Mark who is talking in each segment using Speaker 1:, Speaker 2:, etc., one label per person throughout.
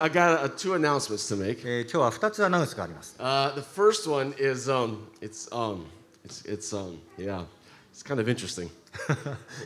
Speaker 1: I got uh, two announcements to make.
Speaker 2: えー今日は2つアナウンスがあります。
Speaker 1: Uh, the first one is um, it's um, it's it's um, yeah, it's kind of interesting.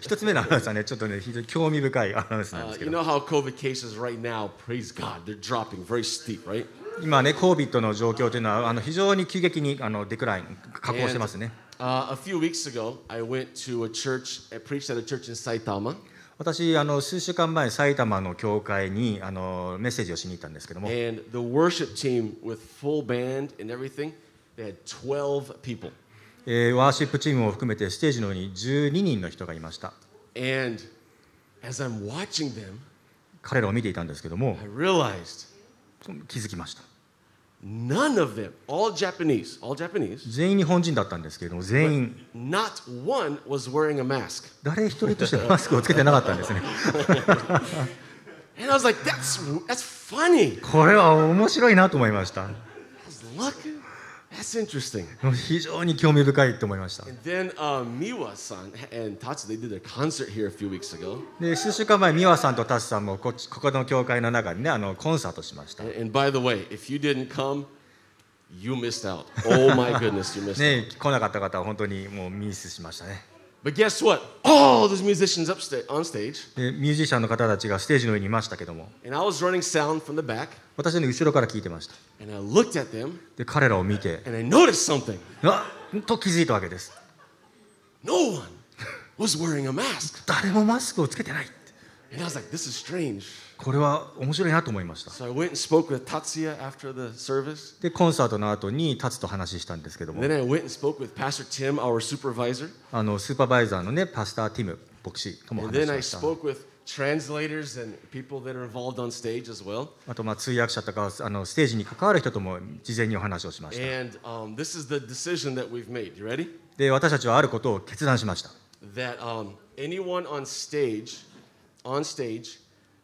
Speaker 2: 1つ目のアナウンスはね、ちょっとね、非常に興味深いアナウンスなんで
Speaker 1: Uh,
Speaker 2: すけ
Speaker 1: you
Speaker 2: ど、
Speaker 1: know how COVID cases right now, praise God, they're dropping very steep, right?
Speaker 2: 今ね、COVID の状況というのは、あの非常に急激にあのデクライン、下降してますね。
Speaker 1: Uh, a few weeks ago, I went to a church. I preached at a church in Saitama,
Speaker 2: 私、あの数週間前、埼玉の教会にあのメッセージをしに行ったんですけども、
Speaker 1: and the worship team with full band and everything, they had 12 people,
Speaker 2: えーワーシップチームを含めてステージの上に12人の人がいました。
Speaker 1: and as I'm watching them,
Speaker 2: 彼らを見ていたんですけども
Speaker 1: I、realized
Speaker 2: 気づきました。
Speaker 1: none of them, all Japanese, all Japanese.
Speaker 2: 全員日本人だったんですけども、全員、
Speaker 1: Not one was wearing a mask.
Speaker 2: 誰一人としてマスクをつけてなかったんですね。
Speaker 1: And I was like, that's that's funny.
Speaker 2: これは面白いなと思いました。
Speaker 1: I was looking. That's interesting.
Speaker 2: 非常に興味深いと思いました。
Speaker 1: And then uh, Miwa-san and Tatsu, they did their concert here a few weeks ago.
Speaker 2: で数週間前、美和さんとタスさんもこっちここの教会の中にねあのコンサートしました。
Speaker 1: And,
Speaker 2: ね
Speaker 1: and by the way, if you didn't come, you missed out. Oh my goodness, you missed out.
Speaker 2: 来なかった方は本当にもうミスしましたね。
Speaker 1: But guess what? All those musicians upsta- on stage,
Speaker 2: でミュージシャンの方たちがステージの上にいましたけども、
Speaker 1: and I was running sound from the back,
Speaker 2: 私の後ろから聞いてました。
Speaker 1: and I looked at them,
Speaker 2: で彼らを見て、
Speaker 1: and I noticed something.
Speaker 2: あっと気づいたわけです。
Speaker 1: No one was wearing a mask.
Speaker 2: 誰もマスクをつけてないって。
Speaker 1: And I was like, this is strange.
Speaker 2: これは面白いなと思いました。
Speaker 1: So I went and spoke with Tatsuya after the service.
Speaker 2: でコンサートの後にタツと話したんですけど
Speaker 1: And
Speaker 2: も
Speaker 1: then、I went and spoke with Pastor Tim, our supervisor.
Speaker 2: あのスーパーバイザーのねパスターティム牧師とも
Speaker 1: And
Speaker 2: 話し
Speaker 1: then I
Speaker 2: ました。
Speaker 1: spoke with translators and people that are involved on stage as well.
Speaker 2: あとまあ通訳者とかあのステージに関わる人とも事前にお話をしました。
Speaker 1: And um, this is the decision that we've made. You ready?
Speaker 2: で私たちはあることを決断しました
Speaker 1: That um, anyone on stage, on stage,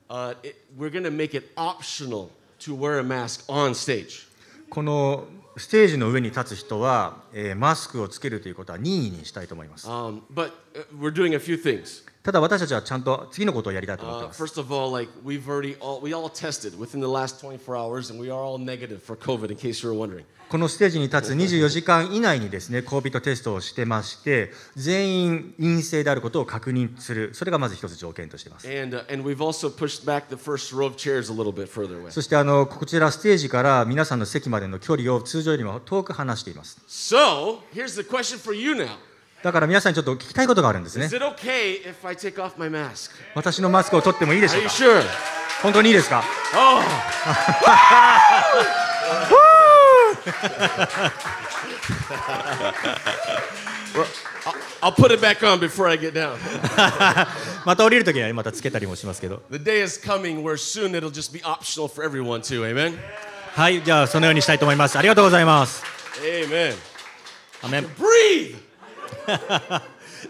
Speaker 1: uh, it, we're going to make it optional to wear a mask on stage.
Speaker 2: このステージの上に立つ人は、えーマスクをつけるということは任意にしたいと思います、
Speaker 1: Um, but uh, we're doing a few things.
Speaker 2: ただ私たちはちゃんと次のことをやりたいと思って
Speaker 1: Uh,
Speaker 2: ます、
Speaker 1: first of all, like we've already all we all tested within the last 24 hours, and we are all negative for COVID. In case you were wondering.
Speaker 2: このステージに立つ24時間以内にですね COVID テストをしてまして全員陰性であることを確認するそれがまず一つ条件としています
Speaker 1: And, uh, and we've also pushed back the first row of chairs a little bit further away.
Speaker 2: そしてあのこちらステージから皆さんの席までの距離を通常よりも遠く離しています
Speaker 1: So, here's the question for you now
Speaker 2: だから皆さんにちょっと聞きたいことがあるんですね
Speaker 1: Is it okay if I take off my mask?
Speaker 2: 私のマスクを取ってもいいでし
Speaker 1: Are
Speaker 2: ょう
Speaker 1: you
Speaker 2: か
Speaker 1: sure?
Speaker 2: 本当にいいですか
Speaker 1: Oh! Well, I'll, I'll put it back on before I get down.
Speaker 2: また降りるときはねまたつけたりもしますけど
Speaker 1: The day is coming where soon it'll just be optional for everyone, too. Amen?
Speaker 2: はい、じゃあそのようにしたいと思います。ありがとうございます。
Speaker 1: Amen.
Speaker 2: アメン
Speaker 1: Breathe!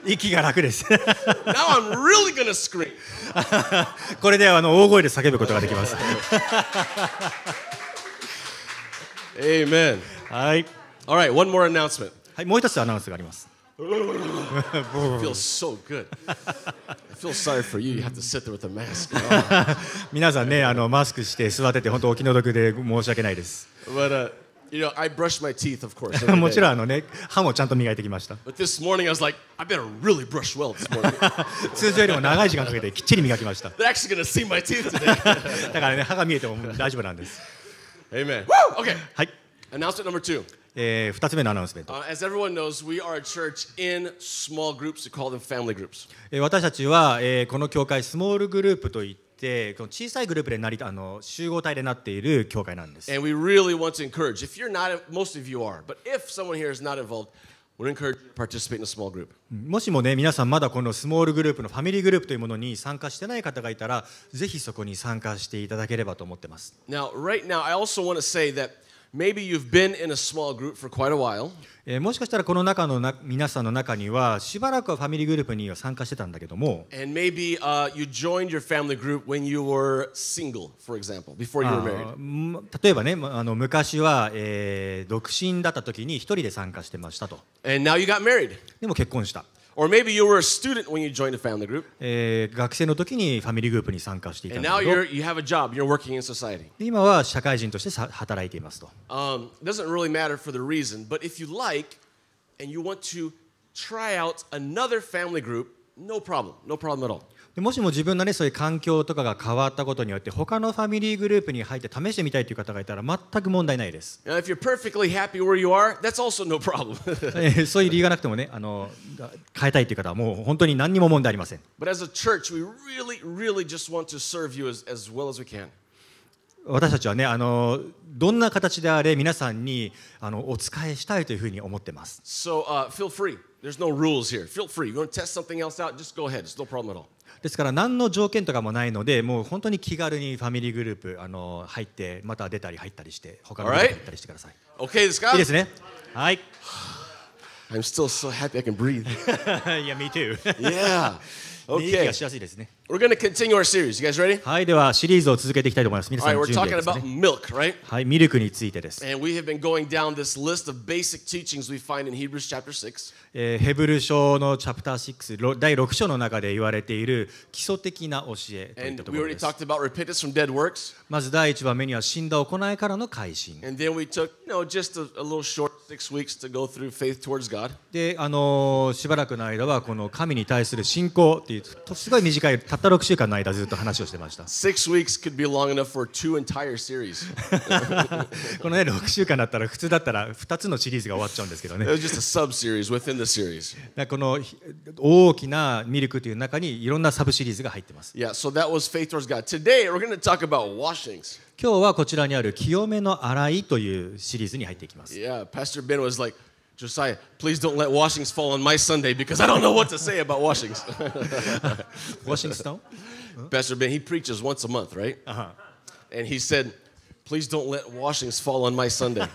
Speaker 2: 息が楽です。
Speaker 1: Now I'm really gonna scream.
Speaker 2: これであの大声で叫ぶことができます。
Speaker 1: Amen.
Speaker 2: はい。
Speaker 1: All right, one more announcement.
Speaker 2: はい、もう一つアナウンスがあります。
Speaker 1: feels so good. I feel sorry for you. You have to sit there with a mask.
Speaker 2: 皆さんね、あのマスクして座ってて本当お気の毒で申し訳ないです。
Speaker 1: But uh, you know, I brush my teeth, of course.
Speaker 2: も
Speaker 1: every
Speaker 2: ちろん
Speaker 1: day.
Speaker 2: あのね、歯もちゃんと磨いてきました。
Speaker 1: But this morning, I was like, I better really brush well this morning.
Speaker 2: 通常よりも長い時間かけてきっちり磨きました。
Speaker 1: They're actually gonna see my teeth today.
Speaker 2: だからね、歯が見えても大丈夫なんです。
Speaker 1: Amen. Woo! Okay.
Speaker 2: はい。
Speaker 1: Announcement number two.
Speaker 2: えー、二つ目のアナウンスメント、
Speaker 1: Uh, as everyone knows, we are a church in small groups. We call them family groups.
Speaker 2: えー私たちは、えーこの教会スモールグループといってこの小さいグループでなりあの集合体でなっている教会なんです
Speaker 1: And we really want to encourage. If you're not, most of you are, but if someone here is not involved, we're encouraged to participate in a small group.
Speaker 2: もしもね皆さんまだこのスモールグループのファミリーグループというものに参加してない方がいたらぜひそこに参加していただければと思ってます、
Speaker 1: Now, right now, I also want to say that maybe you've been in a small group for quite a while,
Speaker 2: えーもしかしたらこの中のな皆さんの中にはしばらくはファミリーグループには参加してたんだけども
Speaker 1: and maybe uh, you joined your family group when you were single, for example, before you
Speaker 2: あ
Speaker 1: were married.
Speaker 2: ーん例えばねまあの昔は、えー独身だった時に一人で参加してましたと
Speaker 1: And now you got married,
Speaker 2: でも結婚した
Speaker 1: Or maybe you were a student when you joined a family group,
Speaker 2: えー学生の時にファミリーグループに参加していた
Speaker 1: and
Speaker 2: んだ
Speaker 1: now
Speaker 2: けど
Speaker 1: you're, you have a job, you're working in society.
Speaker 2: で今は社会人としてさ働いていますと
Speaker 1: Um, it doesn't really matter for the reason, but if you like and you want to try out another family group, no problem, no problem at all.
Speaker 2: でもしも自分のねそういう環境とかが変わったことによって他のファミリーグループに入って試してみたいという方がいたら全く問題ないです、
Speaker 1: Now, if you're perfectly happy where you are, that's also no problem.
Speaker 2: えーそういう理由がなくてもねあのが変えたいという方はもう本当に何にも問題ありません
Speaker 1: but as a church, we really, really just want to serve you as, as well as we can.
Speaker 2: 私たちはねあのどんな形であれ皆さんにあのお仕えしたいというふうに思ってます
Speaker 1: So uh, feel free. There's no rules here. Feel free. You want to test something else out? Just go ahead. It's no problem at all.
Speaker 2: ですから何の条件とかもないのでもう本当に気軽にファミリーグループあの入ってまた出たり入ったりして他のグループ
Speaker 1: Alright.
Speaker 2: に入ったりしてください、
Speaker 1: Okay, ですか
Speaker 2: いいですねはい
Speaker 1: I'm still so happy I can breathe.
Speaker 2: いや Me too
Speaker 1: yeah.
Speaker 2: 息
Speaker 1: Okay.
Speaker 2: がしやすいですね
Speaker 1: We're going to continue our series. You guys ready?
Speaker 2: はいではシリーズを続けていきたいと思います皆
Speaker 1: All
Speaker 2: さん
Speaker 1: right,
Speaker 2: 準
Speaker 1: we're talking
Speaker 2: 備です
Speaker 1: about
Speaker 2: ね
Speaker 1: milk, right?
Speaker 2: はいミルクについてです、
Speaker 1: And we have been going down this list of basic teachings we find in Hebrews chapter 6.
Speaker 2: えーヘブル書のチャプター6ろ第6章の中で言われている基礎的な教えといっ
Speaker 1: And
Speaker 2: たとこ
Speaker 1: we
Speaker 2: ろ
Speaker 1: already
Speaker 2: です
Speaker 1: talked about repentance from dead works.
Speaker 2: まず第1番目には死んだ行いからの改心
Speaker 1: And then we took, you know, just a, a little short six weeks to go through faith towards God.
Speaker 2: であのーしばらくの間はこの神に対する信仰っていうとすごい短いたった6週間の間ずっと話をして ました
Speaker 1: Six weeks could be long enough for two entire series.
Speaker 2: このね6週間だったら普通だったら2つのシリーズが終わっちゃうんですけどね
Speaker 1: It was just a sub series within the series.
Speaker 2: だからこのひ大きなミルクという中にいろんなサブシリーズが入ってます
Speaker 1: Yeah, so that was faith towards God. Today we're going to talk about washings.
Speaker 2: 今日はこちらにある「清めの洗い」というシリーズに入っていきます
Speaker 1: Yeah, Pastor Ben was like, Josiah, please don't let washings fall on my Sunday because I don't know what to say about washings.
Speaker 2: ワシントン
Speaker 1: Pastor Ben, he preaches once a month, right? Uh-huh. And he said, please don't let washings fall on my Sunday.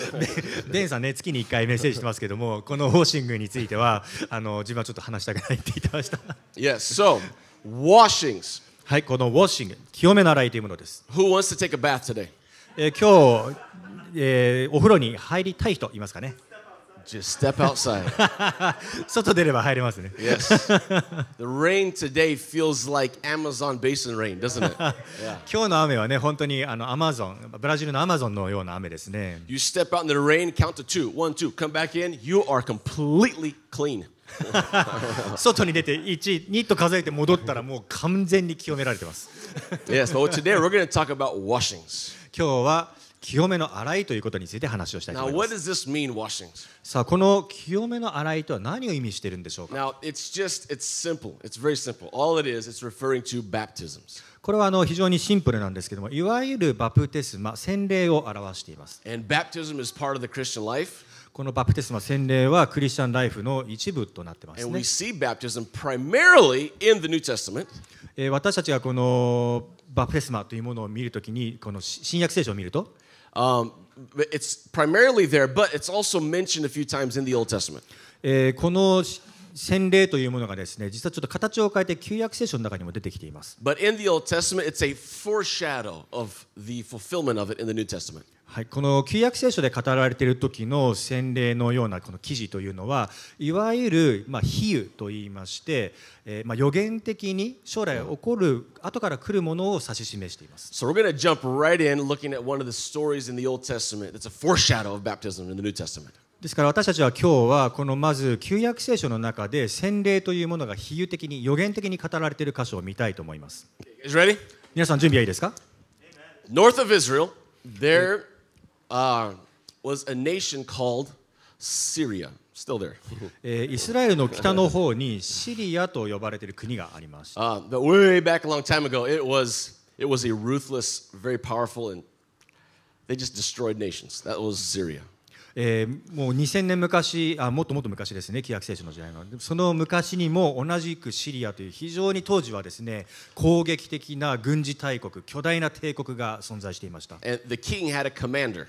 Speaker 2: デンさんね月に1回メッセージしてますけどもこのウォーシングについてはあの自分はちょっと話したくないって言ってました
Speaker 1: yes, so washings.
Speaker 2: はいこのウォッシング清めの洗いというものです
Speaker 1: Who wants to take a bath today?
Speaker 2: えー今日、えーお風呂に入りたい人いますかね
Speaker 1: Just step outside.
Speaker 2: 外出れば入れますね
Speaker 1: yes. The rain today feels like Amazon basin rain, doesn't it? Yeah.
Speaker 2: 今日の雨はね本当にあのアマゾンブラジルのアマゾンのような雨ですね
Speaker 1: You step out into the rain, count to two. One, two. Come back in. You are completely clean.
Speaker 2: 外に出て12と数えて戻ったらもう完全に清められてます
Speaker 1: Yes, but today we're going to talk about washings.
Speaker 2: 今日は清めの洗いということについて話をしたいと
Speaker 1: Now,
Speaker 2: 思いま
Speaker 1: what
Speaker 2: す
Speaker 1: does this mean, washings?
Speaker 2: さあこの清めの洗いとは何を意味しているんでしょうか
Speaker 1: Now, it's just, it's simple. It's very simple. All it is, it's referring to baptisms.
Speaker 2: これはあの非常にシンプルなんですけどもいわゆるバプテスマ洗礼を表しています
Speaker 1: And baptism is part of the Christian life.
Speaker 2: このバプテスマ洗礼はクリスチャンライフの一部となってます
Speaker 1: And
Speaker 2: ね
Speaker 1: we see baptism primarily in the New Testament.
Speaker 2: えー私たちがこのバプテスマというものを見るときにこのし新約聖書を見ると
Speaker 1: Um, but it's primarily there, but it's also mentioned a few times in the Old Testament.
Speaker 2: えーこのし洗礼というものがですね実はちょっと形を変えて旧約聖書の中にも出てきています、
Speaker 1: But in the Old Testament, it's a foreshadow of the fulfillment of it in the New Testament.
Speaker 2: はい、この旧約聖書で語られている時の洗礼のようなこの記事というのはいわゆる、まあ、比喩といいまして、えーまあ、予言的に将来起こる後から来るものを指し示しています。
Speaker 1: So we're going to jump right in looking at one of the stories in the Old Testament that's a foreshadow of baptism in the New Testament.
Speaker 2: ですから私たちは今日はこのまず旧約聖書の中で洗礼というものが比喩的に予言的に語られている箇所を見たいと思います
Speaker 1: You guys ready?
Speaker 2: 皆さん準備はいいですか
Speaker 1: North of Israel, there uh, was a nation called Syria. Still there.
Speaker 2: えーイスラエルの北の方にシリアと呼ばれている国がありました
Speaker 1: Uh, but way back a long time ago, it was it was a ruthless, very powerful, and they just destroyed nations. That was Syria.
Speaker 2: えーもう2000年昔あもっともっと昔ですね旧約聖書の時代のその昔にも同じくシリアという非常に当時はですね攻撃的な軍事大国巨大な帝国が存在していました、
Speaker 1: And the king had a commander.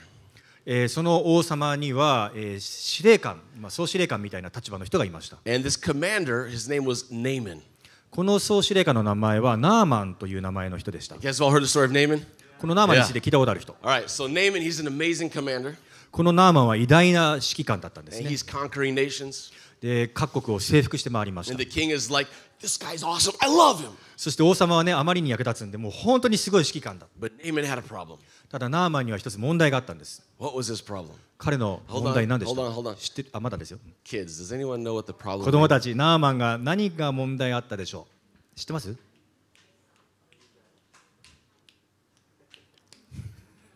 Speaker 2: えーその王様には、えー司令官、まあ、総司令官みたいな立場の人がいました
Speaker 1: And this commander, his name was Naaman.
Speaker 2: この総司令官の名前はナーマンという名前の人でした。
Speaker 1: You guys have all heard the story of Naaman?
Speaker 2: このナーマンについて聞いたことある人。
Speaker 1: All right, so Naaman, he's an amazing commander.
Speaker 2: このナーマンは偉大な指揮官だったんです
Speaker 1: and
Speaker 2: ね
Speaker 1: he's conquering nations.
Speaker 2: で各国を征服して回りまし
Speaker 1: And
Speaker 2: た
Speaker 1: the king is like, this guy's awesome. I love him.
Speaker 2: そして王様はねあまりに役立つんでもう本当にすごい指揮官だ
Speaker 1: But Naaman had a problem.
Speaker 2: ただナーマンには一つ問題があったんです
Speaker 1: What was his problem?
Speaker 2: 彼の問題何でし
Speaker 1: Hold on, hold on, hold on.
Speaker 2: た知ってるあまだですよ
Speaker 1: Kids, does anyone know what the
Speaker 2: 子
Speaker 1: problem
Speaker 2: 供たちナーマンが何が問題あったでしょう知ってます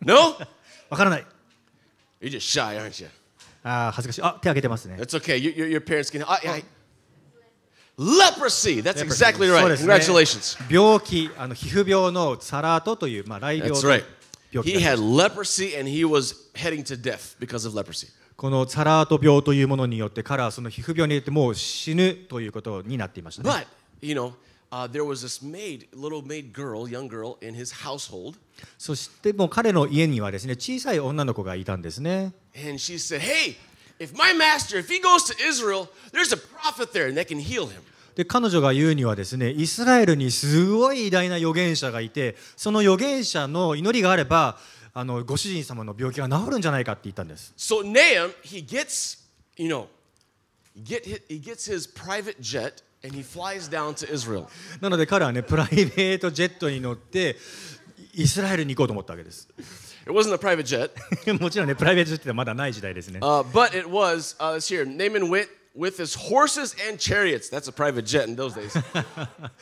Speaker 1: No?
Speaker 2: わからない
Speaker 1: You're just shy, aren't you?
Speaker 2: あー恥ずかしいあ手挙げてますね
Speaker 1: That's okay. You, your, your parents can. I, I, leprosy. That's exactly
Speaker 2: そう
Speaker 1: right.
Speaker 2: ですね
Speaker 1: Congratulations.
Speaker 2: 病気あの皮膚病のサラートという、まあ、雷病
Speaker 1: That's
Speaker 2: の
Speaker 1: right.
Speaker 2: 病
Speaker 1: He
Speaker 2: 気だ
Speaker 1: had leprosy and he was heading to death because of leprosy.
Speaker 2: このサラート病というものによって彼はその皮膚病によってもう死ぬということになっていましたね
Speaker 1: But, you know, uh, there was this maid, little maid girl, young girl in his household.
Speaker 2: そしてもう彼の家にはですね小さい女の子がいたんですね
Speaker 1: And she said, Hey, if my master, if he goes to Israel, there's a prophet there and that can heal him.
Speaker 2: で彼女が言うにはですねイスラエルにすごい偉大な預言者がいてその預言者の祈りがあればあのご主人様の病気が治るんじゃないかって言ったんです
Speaker 1: So Nahum, he gets, you know, get his, he gets his private jet and he flies down to Israel.
Speaker 2: なので彼はねプライベートジェットに乗ってイスラエルに行こうと思ったわけです
Speaker 1: It wasn't a private jet,
Speaker 2: もちろんねプライベートジェットはまだない時代ですね
Speaker 1: uh, but it was. Uh, it's here. Naaman went with his horses and chariots. That's a private jet in those days,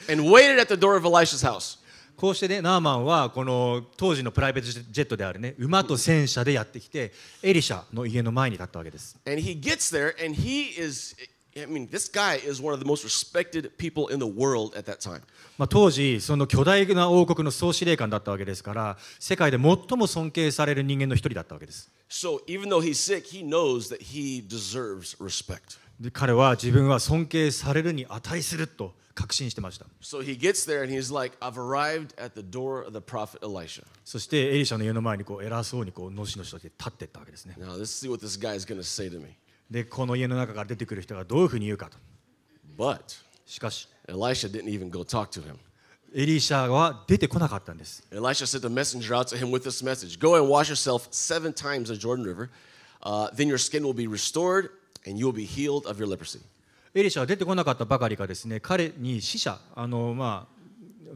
Speaker 1: and waited at the door of Elisha's house.
Speaker 2: こうしてねナーマンはこの当時のプライベートジェットであるね馬と戦車でやってきてエリシャの家の前に立ったわけです
Speaker 1: And he gets there, and he is. I mean, this guy is one of the most respected people in the world at that time.
Speaker 2: まあ、当時その巨大な王国の総司令官だったわけですから世界で最も尊敬される人間の一人だったわけです
Speaker 1: So even though he's sick, he knows that he deserves respect.
Speaker 2: で彼は自分は尊敬されるに値すると確信してました
Speaker 1: So he gets there and he's like, I've arrived at the door of the prophet Elisha.
Speaker 2: そしてエリシャの家の前にこう偉そうにこうのしのしと立っていったわけですね
Speaker 1: Now let's see what this guy's gonna say to me.
Speaker 2: でこの家の中から出てくる人がどういうふうに言うかと
Speaker 1: But
Speaker 2: しかし
Speaker 1: Elisha didn't even go talk to him.
Speaker 2: エリシャは出てこなかったんです
Speaker 1: Elisha sent a messenger out to him with this message Go and wash yourself seven times in Jordan River, uh, then your skin will be restored and you will be healed of your leprosy.
Speaker 2: エリシャは出てこなかったばかりかですね彼に死者あのまあ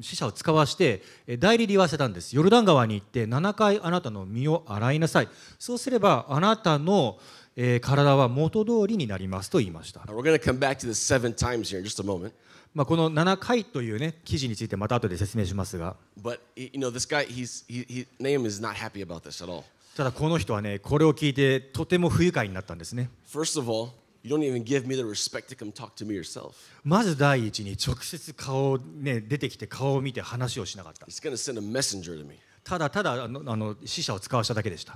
Speaker 2: 死者を使わしてえ代理で言わせたんですヨルダン川に行って7回あなたの身を洗いなさいそうすればあなたの、えー体は元通りになりますと言いました、
Speaker 1: Now, we're gonna come back to the seven times here in just a moment.
Speaker 2: まあ、この7回というね記事についてまた後で説明しますが
Speaker 1: But y- you know, this guy, he's, he, he, Nahum is not happy about this at all.
Speaker 2: ただこの人はねこれを聞いてとても不愉快になったんですね
Speaker 1: First of all, you don't even give me the respect to come talk to me yourself.
Speaker 2: まず第一に直接顔をね出てきて顔を見て話をしなかった
Speaker 1: He's gonna send a messenger to me.
Speaker 2: ただただあのあの死者を使わしただけでした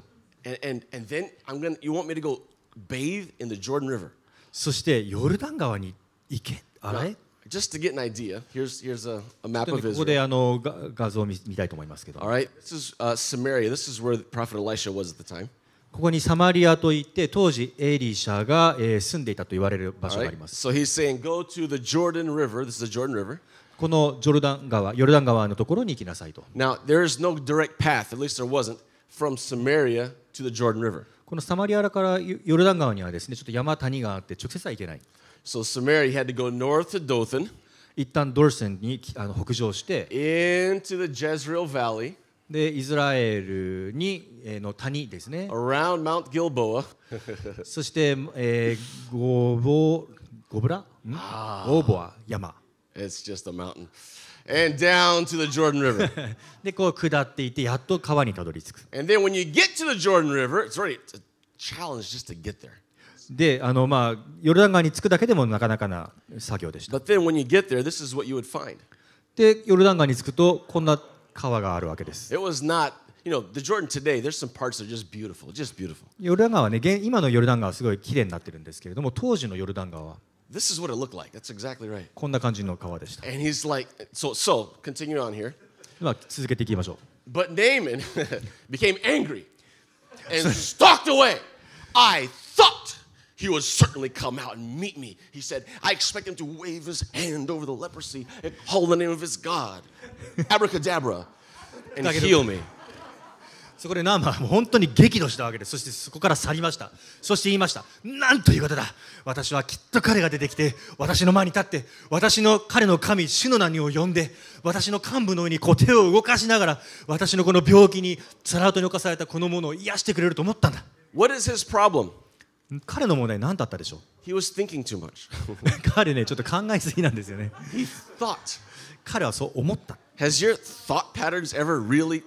Speaker 1: and and and then I'm gonna. You want me to go bathe in the Jordan River?
Speaker 2: そしてヨルダン川に行けあれ
Speaker 1: Just to get an idea, here's here's a, a map
Speaker 2: こ
Speaker 1: of
Speaker 2: こで
Speaker 1: Israel.
Speaker 2: あのが画像を見見たいと思いますけど
Speaker 1: All right, this is uh, Samaria. This is where the prophet Elisha was at the time.
Speaker 2: ここにサマリアといって当時エリシャが、えー住んでいたと言われる場
Speaker 1: All
Speaker 2: 所があ
Speaker 1: right.
Speaker 2: ります
Speaker 1: So he's saying, go to the Jordan River. This is the Jordan River.
Speaker 2: このジョルダン川ヨルダン川のところに行きなさいと
Speaker 1: Now there is no direct path. At least there wasn't from Samaria to the Jordan River.
Speaker 2: このサマリアからヨヨルダン川にはですねちょっと山谷があって直接は行けない
Speaker 1: So Samaria had to go north to Dothan
Speaker 2: 一旦ドルセンにきあの北上して
Speaker 1: into the Jezreel Valley
Speaker 2: でイスラエルに、えーの谷ですね
Speaker 1: around Mount Gilboa.
Speaker 2: そして、えーゴボゴブラんゴボア山
Speaker 1: It's just a mountain, and down to the Jordan River.
Speaker 2: でこう下っていってやっと川にたどり着く
Speaker 1: And then when you get to the Jordan River, it's already it's a challenge just to get there.
Speaker 2: であのまあヨルダン川に着くだけでもなかなかな作業でした
Speaker 1: But then when you get there, this is what you would find.
Speaker 2: でヨルダン川に着くとこんな川があるわけです
Speaker 1: It was not, you know, the Jordan today, there's some parts that are just beautiful, just beautiful.
Speaker 2: ヨルダン川はね現今のヨルダン川はすごい綺麗になってるんですけれども当時のヨルダン川は
Speaker 1: This is what it looked like. That's exactly right.
Speaker 2: こんな感じの川でした
Speaker 1: And he's like, so, so, continue on here.
Speaker 2: まあ続けていきましょう
Speaker 1: But Naaman became angry and stalked away. I thought he would certainly come out and meet me. He said, I expect him to wave his hand over the leprosy and call the name of his God, abracadabra, and heal me.
Speaker 2: そこでナーマンはもう本当に激怒したわけですそしてそこから去りましたそして言いましたなんということだ私はきっと彼が出てきて私の前に立って私の彼の神主の名にを呼んで私の幹部の上にこう手を動かしながら私のこの病気につらうとに侵されたこのものを癒してくれると思ったんだ
Speaker 1: What is his problem?
Speaker 2: 彼の問題何だったでしょう
Speaker 1: He was thinking too much.
Speaker 2: 彼ねちょっと考えすぎなんですよね
Speaker 1: he thought.
Speaker 2: 彼はそう思った
Speaker 1: Has your thought patterns ever really,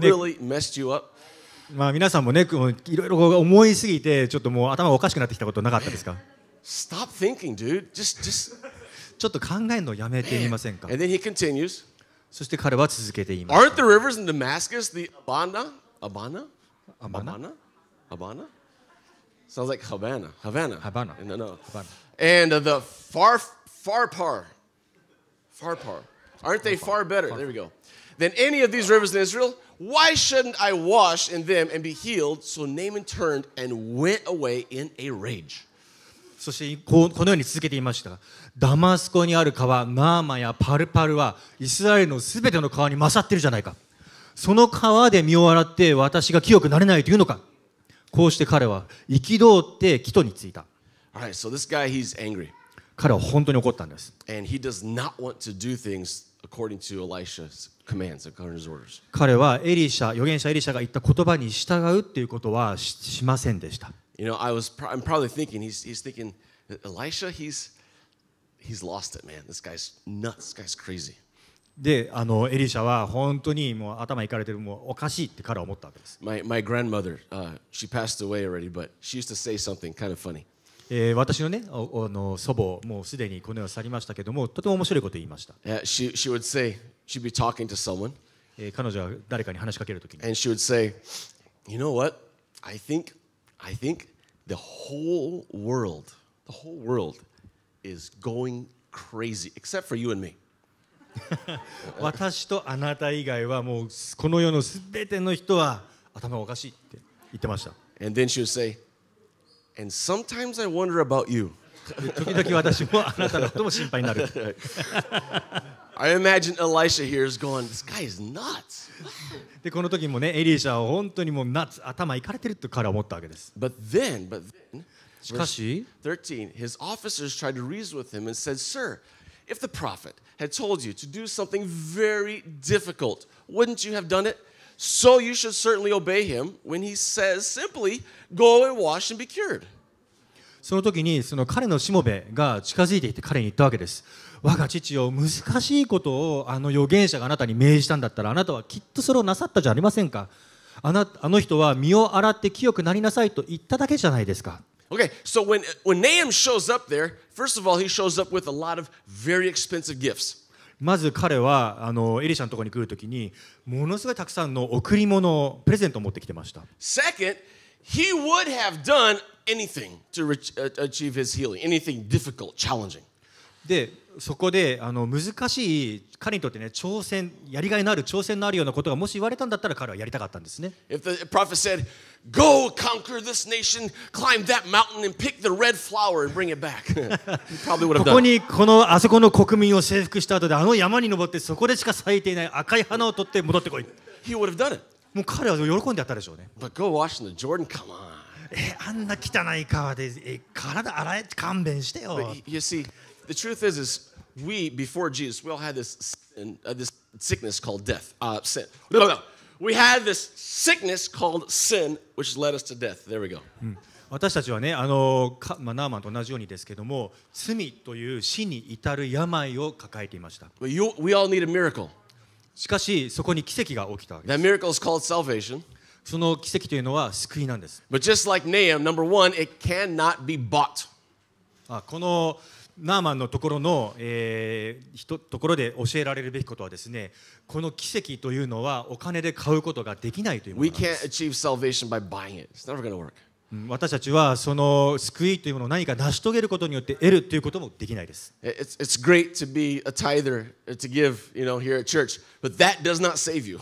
Speaker 1: really messed you up?
Speaker 2: まあ皆さんもねこういろいろこう思いすぎてちょっともう頭がおかしくなってきたことなかったですか
Speaker 1: Stop thinking, dude. Just, just.
Speaker 2: ちょっと考えるのやめてみませんか
Speaker 1: And then he continues.
Speaker 2: そして彼は続けています
Speaker 1: Aren't the rivers in Damascus the Abana? Abana?
Speaker 2: Abana?
Speaker 1: Abana? Abana? Sounds like Havana. Havana.
Speaker 2: Havana.
Speaker 1: No, no.
Speaker 2: Havana.
Speaker 1: And uh, the far, far par. Far par. Aren't they far better? There we go. Than any of these rivers in Israel? Why shouldn't I wash in them and be healed? So Naaman turned and went away in a rage.
Speaker 2: そしてこうこのように続けていましたがダマスコにある川ナーマやパルパルはイスラエルのすべての川に勝っているじゃないかその川で身を洗って私が清くなれないというのかこうして彼は憤って帰途に着いた
Speaker 1: All right, so this guy, he's angry.
Speaker 2: 彼は本当に怒ったんです
Speaker 1: And he does not want to do things according to Elisha's commands, according to his orders.
Speaker 2: 彼はエリシャ預言者エリシャが言った言葉に従うっていうことはししませんでした
Speaker 1: You know, I was pr- I'm probably thinking he's he's thinking Elisha he's he's lost it, man. This guy's nuts. This guy's crazy.
Speaker 2: であのエリシャは本当にもう頭いかれてるもうおかしいって彼は思ったわけです、
Speaker 1: My my grandmother, uh, she passed away already, but she used to say something kind of funny.
Speaker 2: えー私のねおあの祖母もうすでにこの世を去りましたけどもとても面白いことを言いました、
Speaker 1: Uh, she she would say she'd be talking to someone
Speaker 2: えー彼女は誰かに話しかけるときに
Speaker 1: and she would say, "You know what? I think I think the whole world, the whole world is going crazy except for you and me."
Speaker 2: 私とあなた以外はもうすこの世のすべての人は頭がおかしいって言ってました
Speaker 1: And then she would say, "And sometimes I wonder about you."
Speaker 2: で時々私もあなたのことも心配になる
Speaker 1: I imagine Elisha here is going, this guy is nuts.
Speaker 2: でこの時もねエリシャは本当にもう夏頭いかれてるって彼は思ったわけです
Speaker 1: But then, but then,
Speaker 2: しかし
Speaker 1: 13, his officers tried to reason with him and said, Sir, if the prophet had told you to do something very difficult, wouldn't you have done it? So you should certainly obey him when he says simply, Go and wash and be cured.
Speaker 2: その時にその彼のしもべが近づいていって彼に言ったわけです我が父よ難しいことをあの預言者があなたに命じたんだったらあなたはきっとそれをなさったじゃありませんかあなあの人は身を洗って清くなりなさいと言っただけじゃないですか
Speaker 1: Okay, so when, when Nahum shows up there, first of all, he shows up with a lot of very expensive gifts.
Speaker 2: まず彼はあのエリシャのところに来る時にものすごいたくさんの贈り物をプレゼントを持ってきてました
Speaker 1: Second, he would have done anything to reach, uh, achieve his healing, anything difficult, challenging.
Speaker 2: でそこであの難しい彼にとってね挑戦やりがいのある挑戦のあるようなことがもし言われたんだったら彼はやりたかったんですね
Speaker 1: If the prophet said, Go conquer this nation, climb that mountain, and pick the red flower and bring it back, he probably would have
Speaker 2: ここ
Speaker 1: done it.
Speaker 2: にこのあそこの国民を征服した後であの山に登ってそこでしか咲いていない赤い花を取って戻ってこい
Speaker 1: He would have done it.
Speaker 2: もう彼は喜んでやったでしょうね
Speaker 1: But go wash in the Jordan, come on.
Speaker 2: えあんな汚い川でえ体洗えて勘弁してよ
Speaker 1: But y- you see, the truth is, is we, before Jesus, we all had this sin, uh, this sickness called death, uh, sin. No, no, no. We had this sickness called sin, which led us to death. There we go.
Speaker 2: 私たちはねあのか、まあ、ナーマンと同じようにですけども罪という死に至る病を抱えていました
Speaker 1: But you, we all need a miracle.
Speaker 2: しかしそこに奇跡が起きたわけ
Speaker 1: That miracle is called salvation.
Speaker 2: その奇跡というのは救いなんです
Speaker 1: But just like Nahum, number one, it cannot be bought.
Speaker 2: あこのナーマンのところの、えーひとところで教えられるべきことはですねこの奇跡というのはお金で買うことができないというも
Speaker 1: We
Speaker 2: のなんです
Speaker 1: can't achieve salvation by buying it. It's never going to work.
Speaker 2: うん私たちはその救いというものを何か成し遂げることによって得るということもできないです
Speaker 1: It- It's, it's great to be a tither, uh, to give, you know, here at church, but that does not save you.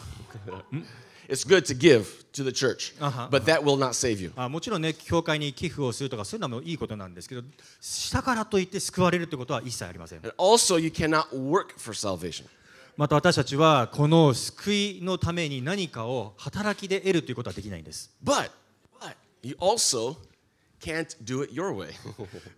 Speaker 1: it's good to give to the church,
Speaker 2: Uh-huh,
Speaker 1: but that will not save you.
Speaker 2: あもちろんね教会に寄付をするとかそういうのもいいことなんですけどしたからといって救われるということは一切ありません
Speaker 1: And also, you cannot work for salvation.
Speaker 2: また私たちはこの救いのために何かを働きで得るということはできないんです
Speaker 1: But, but you also can't do it your way.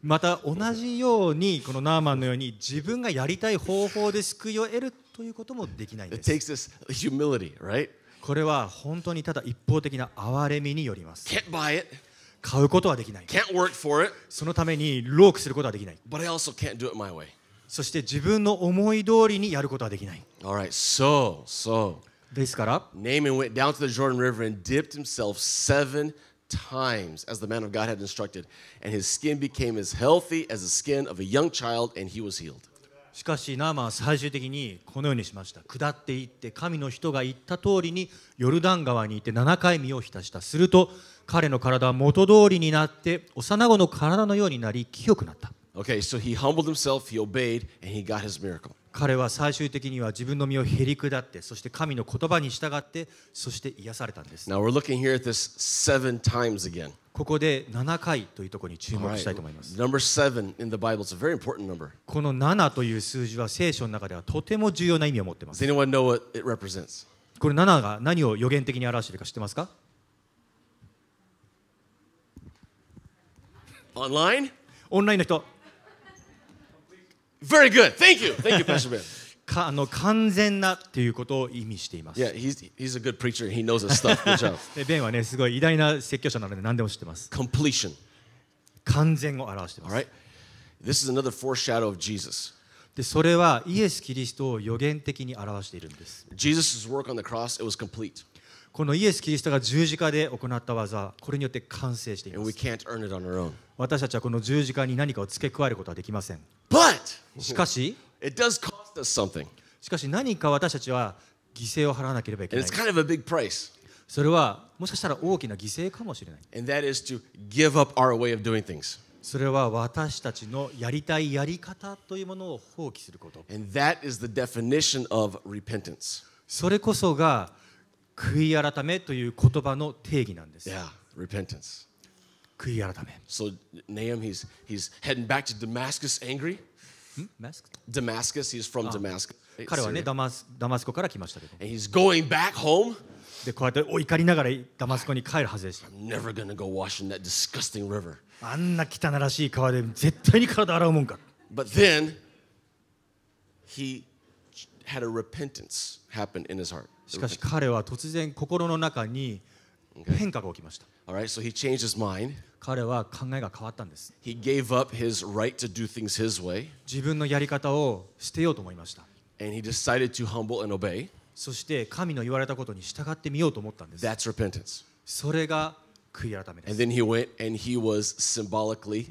Speaker 2: また同じようにこのナーマンのように自分がやりたい方法で救いを得るということもできないんで
Speaker 1: it
Speaker 2: す
Speaker 1: takes this humility, right?
Speaker 2: これは本当にただ一方的な憐れみによります
Speaker 1: Can't buy it,
Speaker 2: 買うことはできない
Speaker 1: can't work for it,
Speaker 2: そのために労苦することはできない
Speaker 1: but I also can't do it my way.
Speaker 2: そして自分の思い通りにやることはできない
Speaker 1: All right, so, so
Speaker 2: ですから
Speaker 1: Naaman went down to the Jordan River and dipped himself seven times as the man of God had instructed, and his skin became as healthy as the skin of a young child, and he was healed.
Speaker 2: しかしナーマンは最終的にこのようにしました下っていって神の人が言った通りにヨルダン川に行って7回身を浸したすると彼の体は元通りになって幼子の体のようになり清くなった
Speaker 1: Okay, so he humbled himself, he obeyed, and he got his miracle.
Speaker 2: 彼は最終的には自分の身をへり下ってそして神の言葉に従ってそして癒されたんです
Speaker 1: Now we're looking here at this seven times again.
Speaker 2: ここで7回というところに注
Speaker 1: All
Speaker 2: 目
Speaker 1: right,
Speaker 2: したいと思います、
Speaker 1: Number seven in the Bible. It's a very important number.
Speaker 2: この7という数字は聖書の中ではとても重要な意味を持っていま
Speaker 1: Does
Speaker 2: す
Speaker 1: anyone know what it represents?
Speaker 2: これ7が何を予言的に表しているか知ってますか
Speaker 1: Online?
Speaker 2: オンラインの人
Speaker 1: Very good. Thank you. Thank you, Pastor Ben.
Speaker 2: かあの完全なっていうことを意味していま す。
Speaker 1: Yeah, he's, he's a good preacher. He knows his stuff. Good job.
Speaker 2: でベンはねすごい偉大な説教者なので何でも知ってます。
Speaker 1: Completion.
Speaker 2: 完全を表していま
Speaker 1: All
Speaker 2: す。
Speaker 1: right? This is another foreshadow of Jesus.
Speaker 2: でそれはイエス・キリストを予言的に表しているんです。
Speaker 1: Jesus' work on the cross, it was complete.
Speaker 2: このイエス・キリストが十字架で行った技、これによって完成してい
Speaker 1: And
Speaker 2: ま
Speaker 1: we
Speaker 2: す。
Speaker 1: can't earn it on our own.
Speaker 2: 私たちはこの十字架に何かを付け加えることはできません。
Speaker 1: But
Speaker 2: しかし、
Speaker 1: it does cost us something.
Speaker 2: しかし何か私たちは犠牲を払わなければいけ
Speaker 1: And
Speaker 2: ない
Speaker 1: it's。kind of a big price.
Speaker 2: それはもしかしたら大きな犠牲かもしれない。
Speaker 1: And that is to give up our way of doing things.
Speaker 2: それは私たちのやりたいやり方というものを放棄すること。
Speaker 1: And that is the definition of repentance.
Speaker 2: それこそが悔い改めという言葉の定義なんです。
Speaker 1: Yeah, repentance.
Speaker 2: 悔い改め。
Speaker 1: So Nahum, he's he's heading back to Damascus angry.
Speaker 2: んマスク
Speaker 1: Damascus, he's from Damascus.
Speaker 2: 彼はね
Speaker 1: Syria.
Speaker 2: ダマス、ダマスコから来ましたけど、
Speaker 1: And he's going back home.
Speaker 2: でこうやってお怒りながらダマスコに帰るはずでし
Speaker 1: Never gonna go wash in that disgusting river.
Speaker 2: た。あんな汚らしい川で絶対に体洗うもんか。
Speaker 1: But then he had a repentance happen in his heart.
Speaker 2: しかし彼は突然心の中に変化が起きました。
Speaker 1: All right, so he changed his mind.
Speaker 2: 彼は考えが変わったんです。
Speaker 1: He gave up his right to do things his way,
Speaker 2: 自分のやり方を捨てようと思いました。
Speaker 1: and he decided to humble and obey.
Speaker 2: そして神の言われたことに従ってみようと思ったんです。
Speaker 1: That's repentance.
Speaker 2: それが悔い改めです
Speaker 1: And。then he went and he was symbolically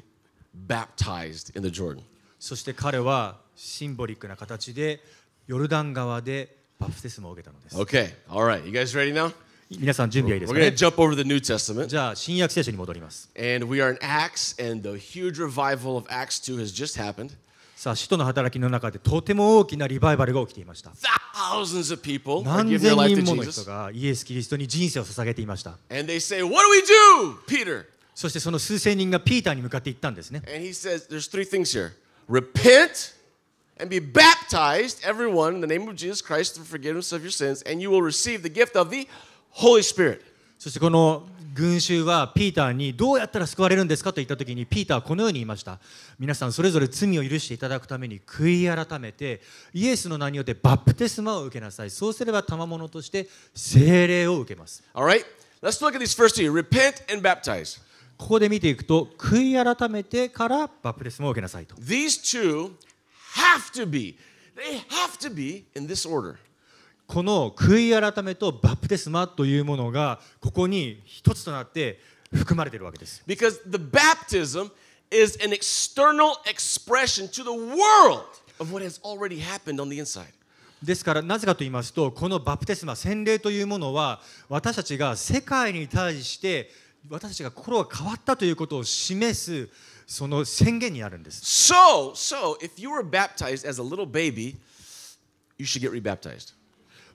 Speaker 1: baptized in the Jordan.
Speaker 2: そして彼はシンボリックな形でヨルダン川でバプテスマを受けたのです。
Speaker 1: Okay, all right. You guys ready now?
Speaker 2: 皆さん準備はいいです
Speaker 1: We're
Speaker 2: か、
Speaker 1: going to
Speaker 2: ね、
Speaker 1: jump over to the New Testament.
Speaker 2: じゃあ新約聖書に戻ります。
Speaker 1: And we are in Acts, and the huge revival of Acts 2 has just happened.
Speaker 2: さあ、使徒の働きの中でとても大きなリバイバルが起きていました。
Speaker 1: Thousands of people are
Speaker 2: 何
Speaker 1: giving their
Speaker 2: 千
Speaker 1: life to
Speaker 2: 人もの人
Speaker 1: Jesus.
Speaker 2: がイエス・キリストに人生を捧げていました。
Speaker 1: And they say, What do we do, Peter?
Speaker 2: そしてその数千人がピーターに向かって行ったんですね。
Speaker 1: And he says, There's three things here repent and be baptized, everyone, in the name of Jesus Christ, for forgiveness of your sins, and you will receive the gift of the Holy Spirit.
Speaker 2: そしてこの群衆はピーターにどうやったら救われるんですかと言った時にピーターはこのように言いました皆さんそれぞれ罪を許していただくために悔い改めてイエスの名によってバプテスマを受けなさいそうすれば賜物として聖霊を受けます
Speaker 1: All right? Let's look at these first two repent and baptize.
Speaker 2: ここで見ていくと悔い改めてからバプテスマを受けなさいと
Speaker 1: These two have to be, they have to be in this order.
Speaker 2: この悔い改めとバプテスマというものがここに一つとなって含まれているわけです
Speaker 1: Because the baptism is an external expression to the world of what has already happened on the inside.
Speaker 2: ですからなぜかと言いますとこのバプテスマ洗礼というものは私たちが世界に対して私たちが心が変わったということを示すその宣言になるんです
Speaker 1: So, so if you were baptized as a little baby, you should get rebaptized.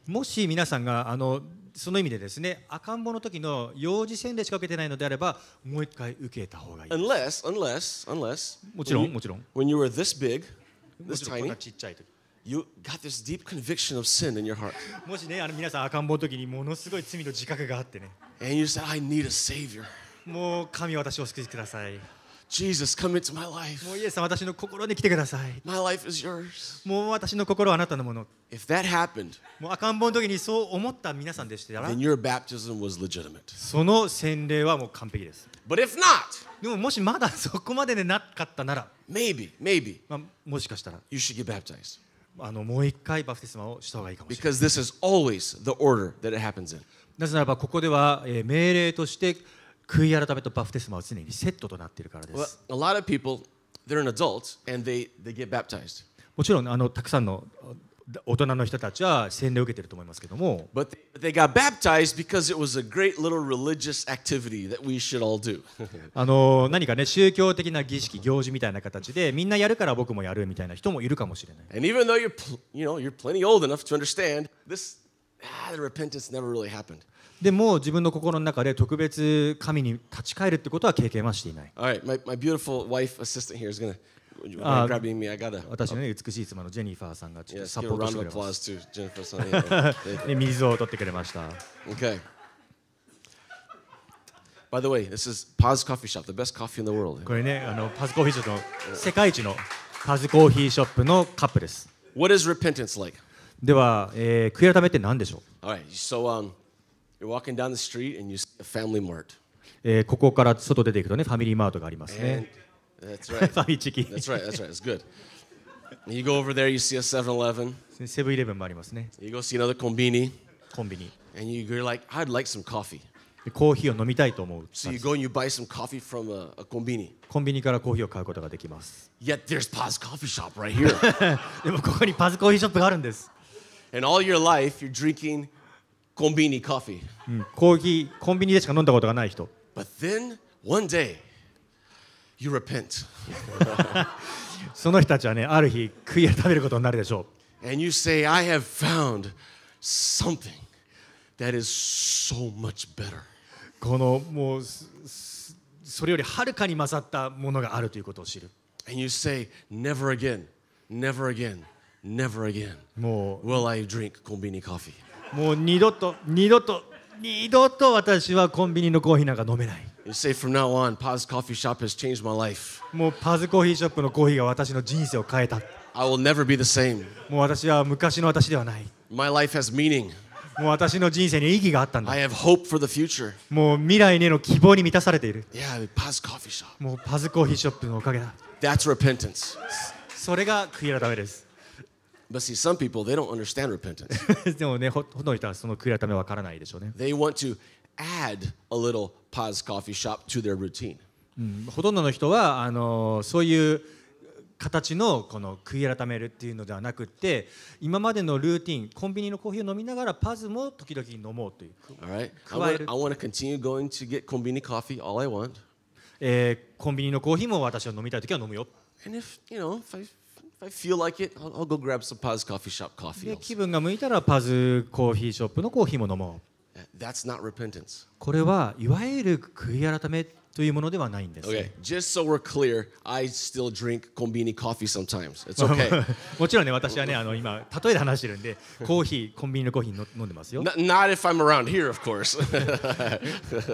Speaker 2: もし皆さんがあのその意味でですね赤ん坊の時の幼児洗礼しか受けてないのであればもう一回受けた方がいい
Speaker 1: Unless, unless, unless
Speaker 2: もちろんもちろん
Speaker 1: when you were this big,
Speaker 2: も
Speaker 1: this
Speaker 2: ちろんこん
Speaker 1: tiny,
Speaker 2: なちっちゃい時
Speaker 1: you got this deep conviction of sin in your heart.
Speaker 2: もしねあの皆さん赤ん坊の時にものすごい罪の自覚があってね
Speaker 1: And you said, I need a Savior.
Speaker 2: もう神私をお救いください
Speaker 1: Jesus, come into my life.
Speaker 2: もうイエスさん私の心に来てください
Speaker 1: My life is yours.
Speaker 2: もう私の心はあなたのもの
Speaker 1: If that happened,
Speaker 2: もう赤ん坊の時にそう思った皆さんでしたら
Speaker 1: then your baptism was legitimate.
Speaker 2: その洗礼はもう完璧です
Speaker 1: But if not,
Speaker 2: でももしまだそこまででなかったなら、
Speaker 1: maybe, maybe
Speaker 2: まあ、もしかしたら
Speaker 1: you should get baptized.
Speaker 2: あのもう一回バプテスマをした方がいいかもしれない
Speaker 1: Because this is always the order that it happens in.
Speaker 2: なぜならばここでは、えー命令として悔い改めとバプテスマは常にセットとなっているからで
Speaker 1: Well,
Speaker 2: す
Speaker 1: a lot of people, they're an adult and they, they get baptized.
Speaker 2: もちろんあのたくさんのあ大人の人たちは洗礼を受けてると思いますけども
Speaker 1: But they, they got baptized because it was a great little religious activity that we should all do.
Speaker 2: あの何かね宗教的な儀式行事みたいな形でみんなやるから僕もやるみたいな人もいるかもしれない
Speaker 1: and even though you're, pl- you know, you're plenty old enough to understand this, ah, the repentance never really happened.
Speaker 2: でも自分の心の中で特別神に立ち返るってことは経験はしていない
Speaker 1: All right, my, my beautiful wife assistant here is gonna
Speaker 2: Uh,
Speaker 1: grabbing me. I gotta.
Speaker 2: 私の、ね、美しい妻のジェニファーさんがちょっと
Speaker 1: Yes,
Speaker 2: サ
Speaker 1: give
Speaker 2: ポ
Speaker 1: a
Speaker 2: ート
Speaker 1: round
Speaker 2: して
Speaker 1: of
Speaker 2: くれます
Speaker 1: applause to Jennifer Soniano.
Speaker 2: で水を取ってくれました
Speaker 1: okay. By the way, this is Paz Coffee Shop, the best coffee in the world.
Speaker 2: これねあのパズコーヒーショップの世界一のパズコーヒーショップのカップです
Speaker 1: What is repentance like?
Speaker 2: では、えー、悔い改めって何でしょう、
Speaker 1: All right, so um, you're walking down the street and you see a family mart.
Speaker 2: えーここから外出ていくとねファミリーマートがありますね
Speaker 1: And that's
Speaker 2: フ
Speaker 1: right.
Speaker 2: ァミチキ
Speaker 1: That's right. That's right. It's good. And you go over there, you see a 7-Eleven.
Speaker 2: セブンイレブンもありますね
Speaker 1: You go see another combini,
Speaker 2: コンビニ
Speaker 1: and you, you're like, I'd like some coffee.
Speaker 2: でコーヒーを飲みたいと思う
Speaker 1: So you go and you buy some coffee from a, a combini.
Speaker 2: コンビニからコーヒーを買うことができます
Speaker 1: Yet there's Paz Coffee Shop right here.
Speaker 2: でもここにパズコーヒーショップがあるんです、
Speaker 1: and all your life, you're drinking combini coffee.
Speaker 2: うんコーヒーコンビニでしか飲んだことがない人
Speaker 1: But then one day, you repent
Speaker 2: その人たちはねある日悔い改めることになるでしょ
Speaker 1: and you say, I have found something that is so much better.
Speaker 2: うこのもうすすそれよりはるかに勝ったものがあるということを知る
Speaker 1: And you say, Never again, never again, never again
Speaker 2: も
Speaker 1: will I drink combini coffee.
Speaker 2: うもう二度と二度と二度と私はコンビニのコーヒーなんか飲めない
Speaker 1: You say, From now on, Paz Coffee Shop has changed my life.
Speaker 2: もうパズコーヒーショップのコーヒーが私の人生を変えた
Speaker 1: I will never be the same.
Speaker 2: もう私は昔の私ではない
Speaker 1: My life has meaning.
Speaker 2: もう私の人生に意義があったんだ
Speaker 1: I have hope for the future.
Speaker 2: もう未来への希望に満たされている
Speaker 1: Yeah, the Paz Coffee Shop.
Speaker 2: もうパズコーヒーショップのおかげだ
Speaker 1: That's repentance.
Speaker 2: それが悔い改めです
Speaker 1: But see, some people, they don't understand repentance.
Speaker 2: でもねほほとんどの人はその悔い改めわからないでしょうね
Speaker 1: they want to add a little Paz Coffee Shop to their routine.
Speaker 2: ほとんどの人はあのそういう形のこの悔い改めるっていうのではなくって今までのルーティンコンビニのコーヒーを飲みながらパズも時々飲もうという、
Speaker 1: All right? I
Speaker 2: Quiet.
Speaker 1: want, I want to continue going to get Combini coffee all I want.
Speaker 2: えーコンビニのコーヒーも私は飲みたい時は飲むよ
Speaker 1: And if, you know, if I, if I feel like it, I'll, I'll go grab some Paz Coffee Shop coffee.
Speaker 2: で
Speaker 1: also.
Speaker 2: 気分が向いたらパズコーヒーショップのコーヒーも飲もう
Speaker 1: That's not repentance.
Speaker 2: これはいわゆる悔い改めというものではないんです、
Speaker 1: Okay, just so we're clear, I still drink Combini coffee sometimes. It's okay.
Speaker 2: もちろんね私はねあの今例えで話してるんでコーヒーコンビニのコーヒーの飲んでますよ
Speaker 1: N- not if I'm around here, of course.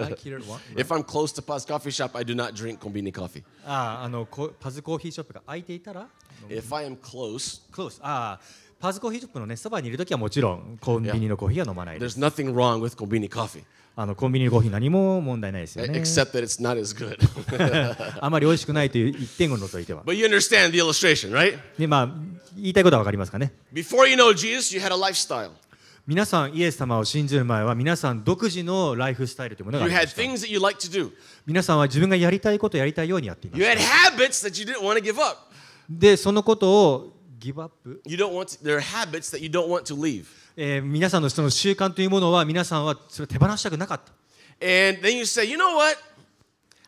Speaker 2: I killed one.
Speaker 1: if I'm close to Paz Coffee Shop, I do not drink Combini coffee.
Speaker 2: あああのこパズコーヒーショップが開いていたら
Speaker 1: If I am close,
Speaker 2: Close ああパズコーヒーショップのねそばにいるときはもちろんコンビニのコーヒーは飲まないです
Speaker 1: there's nothing wrong with Combini coffee,
Speaker 2: あのコンビニのコーヒー何も問題ないです よね
Speaker 1: except that it's not as good.
Speaker 2: あまり美味しくないという一点を除いては
Speaker 1: but you understand the illustration, right?
Speaker 2: でまあ言いたいことはわかりますかね
Speaker 1: Before you know Jesus, you had a lifestyle.
Speaker 2: 皆さんイエス様を信じる前は皆さん独自のライフスタイルというものがあ
Speaker 1: You
Speaker 2: りま
Speaker 1: had
Speaker 2: した
Speaker 1: things that you like to do.
Speaker 2: 皆さんは自分がやりたいことをやりたいようにやっていま
Speaker 1: You
Speaker 2: す
Speaker 1: had habits that you didn't want to give up.
Speaker 2: でそのことをギブアップ、
Speaker 1: You don't want to, there are habits that you don't want to leave.
Speaker 2: えー皆さんのその習慣というものは皆さんはそれを手放したくなかった、
Speaker 1: And then you say, you know what?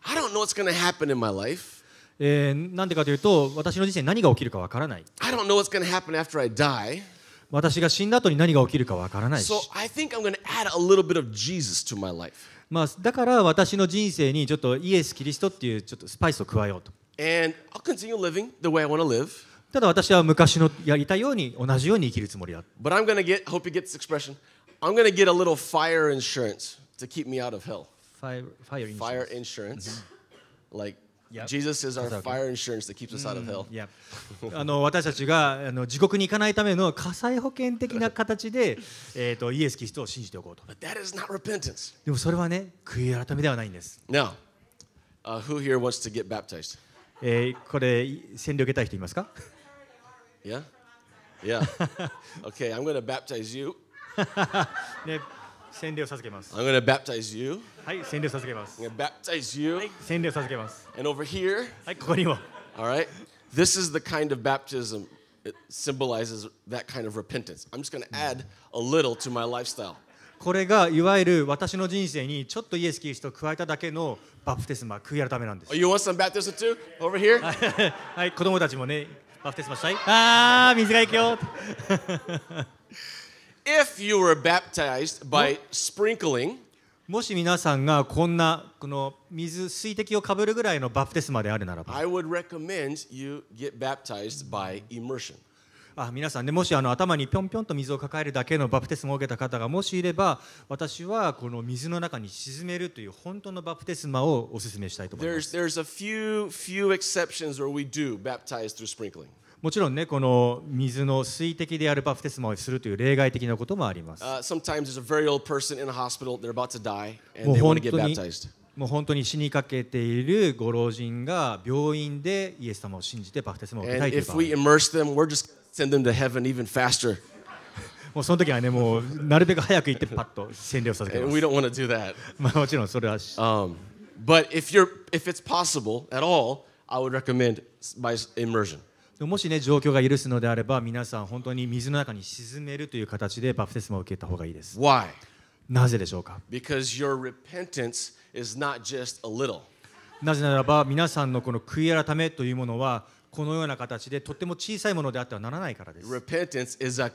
Speaker 1: I don't know what's going to happen in my life.
Speaker 2: えーなんでかというと私の人生に何が起きるかわからない
Speaker 1: I don't know what's going to happen after I die.
Speaker 2: 私が死んだ後に何が起きるかわからないし
Speaker 1: So I think I'm going to add a little bit of Jesus to my life.
Speaker 2: まあ、だから私の人生にちょっとイエス・キリストっていうちょっとスパイスを加えようと。
Speaker 1: And I'll continue living the way I want to live.
Speaker 2: ただ私は昔のやりたいように同じように生きるつもりだ
Speaker 1: But I'm going to get, hope you get this expression. I'm going to get a little fire insurance to keep me out of hell.
Speaker 2: ファイファイアインシュアンス
Speaker 1: Fire insurance. Like,
Speaker 2: Mm-hmm. Yep.
Speaker 1: Jesus is our
Speaker 2: That's okay. Mm.
Speaker 1: fire insurance that keeps us out of hell.
Speaker 2: いや あの私たちがあの地獄に行かないための火災保険的な形 で、えー、とイエス・キリストを信じておこうと
Speaker 1: But that is not repentance.
Speaker 2: でもそれはね悔い改めではないんです、
Speaker 1: Now, uh, who here wants to get baptized?
Speaker 2: えーこれ洗礼を受けたい人いますか
Speaker 1: Yeah? Yeah. okay, I'm going to baptize you.
Speaker 2: ね洗礼を授けます
Speaker 1: I'm going to baptize you.
Speaker 2: はい洗礼を授けま
Speaker 1: I'm
Speaker 2: す
Speaker 1: going to baptize you.
Speaker 2: 洗礼を授けます
Speaker 1: And over here,
Speaker 2: はいここにも
Speaker 1: all right, this is the kind of baptism it symbolizes that kind of repentance. I'm just going to add a little to my lifestyle.
Speaker 2: これがいわゆる私の人生にちょっとイエス・キリストを加えただけのバプテスマ悔い改めなんです
Speaker 1: Oh, you want some baptism too? Over here?
Speaker 2: はい、子供たちもね、バプテスマしたい。ああ、水が行くよ。
Speaker 1: If you were baptized by sprinkling,
Speaker 2: もし皆さんがこんなこの水水滴をかぶるぐらいのバプテスマであるならば、
Speaker 1: I would recommend you get baptized by immersion.
Speaker 2: あ皆さんね、もしあの頭にぴょんぴょんと水を抱えるだけのバプテスマを受けた方がもしいれば、私はこの水の中に沈めるという本当のバプテスマをお勧めしたいと思います。
Speaker 1: There's there's a few few exceptions where we do baptize through sprinkling.
Speaker 2: もちろんね、この水の水滴であるバプテスマをするという例外的なこともあります。
Speaker 1: Uh, sometimes there's a very old person in a hospital, they're about to die, and
Speaker 2: もう
Speaker 1: they want
Speaker 2: 本
Speaker 1: to get
Speaker 2: 当に
Speaker 1: baptized.
Speaker 2: もう本当に死にかけているご老人が病院でイエス様を信じてバプテスマを受けた
Speaker 1: And
Speaker 2: いという場
Speaker 1: if
Speaker 2: 合
Speaker 1: we immerse them, we're just gonna send them to heaven even faster.
Speaker 2: もうその時はねもうなるべく早く行ってパッと占領させて
Speaker 1: And
Speaker 2: ま
Speaker 1: we
Speaker 2: す
Speaker 1: don't want to do that.
Speaker 2: まあもちろんそれはし
Speaker 1: Um, but if you're if it's possible at all, I would recommend s- by s- immersion.
Speaker 2: もしね状況が許すのであれば皆さん本当に水の中に沈めるという形でバプテスマを受けた方がいいです
Speaker 1: Why?
Speaker 2: なぜでしょうか
Speaker 1: Because your repentance is not just a little.
Speaker 2: なぜならば皆さんのこの悔い改めというものはこのような形でとっても小さいものであってはならないからです
Speaker 1: Repentance is a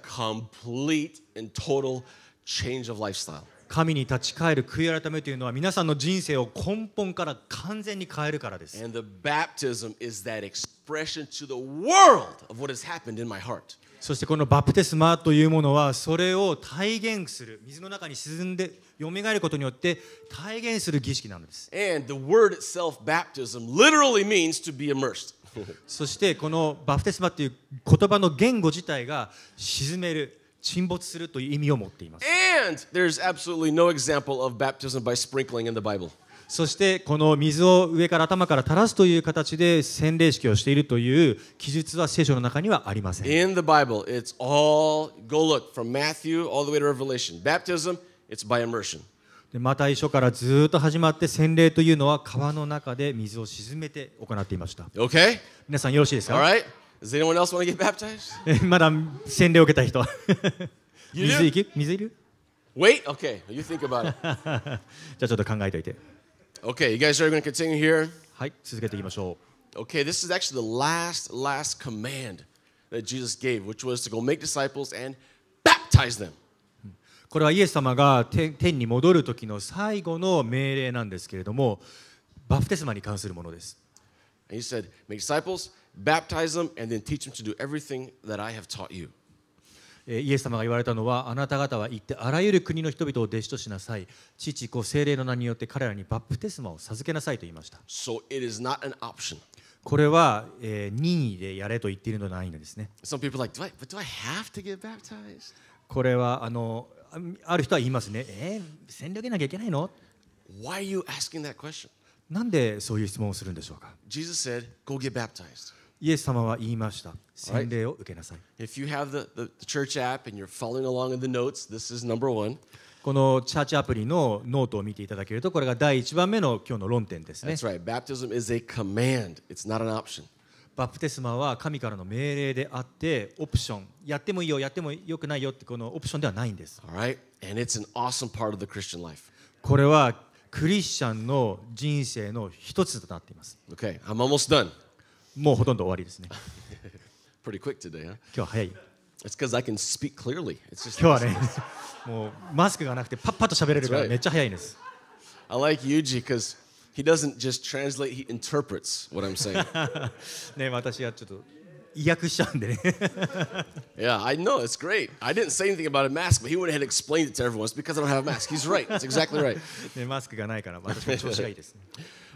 Speaker 1: complete and total change of lifestyle.
Speaker 2: 神に立ち返る悔い改めというのは皆さんの人生を根本から完全に変えるからです
Speaker 1: And the baptism is that expression to the world of what has happened in my heart.
Speaker 2: そしてこのバプテスマというものはそれを体現する水の中に沈んで蘇ることによって体現する儀式なのです
Speaker 1: And the word itself, baptism, literally means to be immersed.
Speaker 2: そしてこのバプテスマという言葉の言語自体が沈める沈没するという意味を持っています
Speaker 1: and there's absolutely no example of baptism by sprinkling in the Bible.
Speaker 2: そしてこの水を上から頭から垂らすという形で洗礼式をしているという記述は聖書の中にはありません
Speaker 1: In the Bible, it's all, go look from Matthew all the way to Revelation. Baptism, it's by immersion.
Speaker 2: でマタイ書からずっと始まって洗礼というのは川の中で水を沈めて行っていました
Speaker 1: Okay?
Speaker 2: 皆さんよろしいですか
Speaker 1: All right? Does anyone else want to get baptized?
Speaker 2: え まだ洗礼を受けた人
Speaker 1: You do?
Speaker 2: 水いき水いる
Speaker 1: Wait? Okay, you think about it.
Speaker 2: じゃあちょっと考えておいて
Speaker 1: Okay, you guys are going to continue here.
Speaker 2: はい続けていきましょ
Speaker 1: Okay, this is actually the last, last command that Jesus gave, which was to go make disciples and baptize them.
Speaker 2: うこれはイエス様が天天に戻る時の最後の命令なんですけれどもバプテスマに関するものです
Speaker 1: And he said, Make disciples, baptize them, and then teach them to do everything that I have taught you.
Speaker 2: えーイエス様が言われたのはあなた方は行ってあらゆる国の人々を弟子としなさい父子精霊の名によって彼らにバプテスマを授けなさいと言いました
Speaker 1: So it is not an option.
Speaker 2: これは、えー任意でやれと言っているのではないんですね
Speaker 1: Some people are like, do I, But do I have to get baptized?
Speaker 2: これはあのあある人は言いますねえー、洗礼を受けなきゃいけないの
Speaker 1: Why are you asking that question?
Speaker 2: なんでそういう質問をするんでしょうか
Speaker 1: Jesus said, Go get baptized.
Speaker 2: イエス様は言いました洗礼を受けなさい
Speaker 1: If you have the, the, the church app and you're following along in the notes, this is number one.
Speaker 2: このチャーチアプリのノートを見ていただけるとこれが第1番目の今日の論点ですね
Speaker 1: That's right. Baptism is a command, it's not an option.
Speaker 2: バプテスマは神からの命令であってオプションやってもいいよやってもよくないよってこのオプションではないんです
Speaker 1: All right? And it's an awesome part of the Christian life.
Speaker 2: これはクリスチャンの人生の一つとなっています
Speaker 1: Okay, I'm almost done.
Speaker 2: もうほとんど終わりですね今
Speaker 1: Pretty quick today, huh?
Speaker 2: 日は早い
Speaker 1: It's because I can speak clearly. It's just
Speaker 2: 今日は ねもうマスクがなくてパッパッと喋れるから
Speaker 1: That's right.
Speaker 2: めっちゃ早いんです
Speaker 1: I like Yuji because he doesn't just translate; he interprets what I'm saying.
Speaker 2: ね私はちょっと意訳しちゃうんで ね
Speaker 1: Yeah, I know. It's great. I didn't say anything about a mask, but he went ahead and explained it to everyone. It's because I don't have a mask. He's right. That's exactly right.
Speaker 2: ねマスクがない から私も調子がいいですね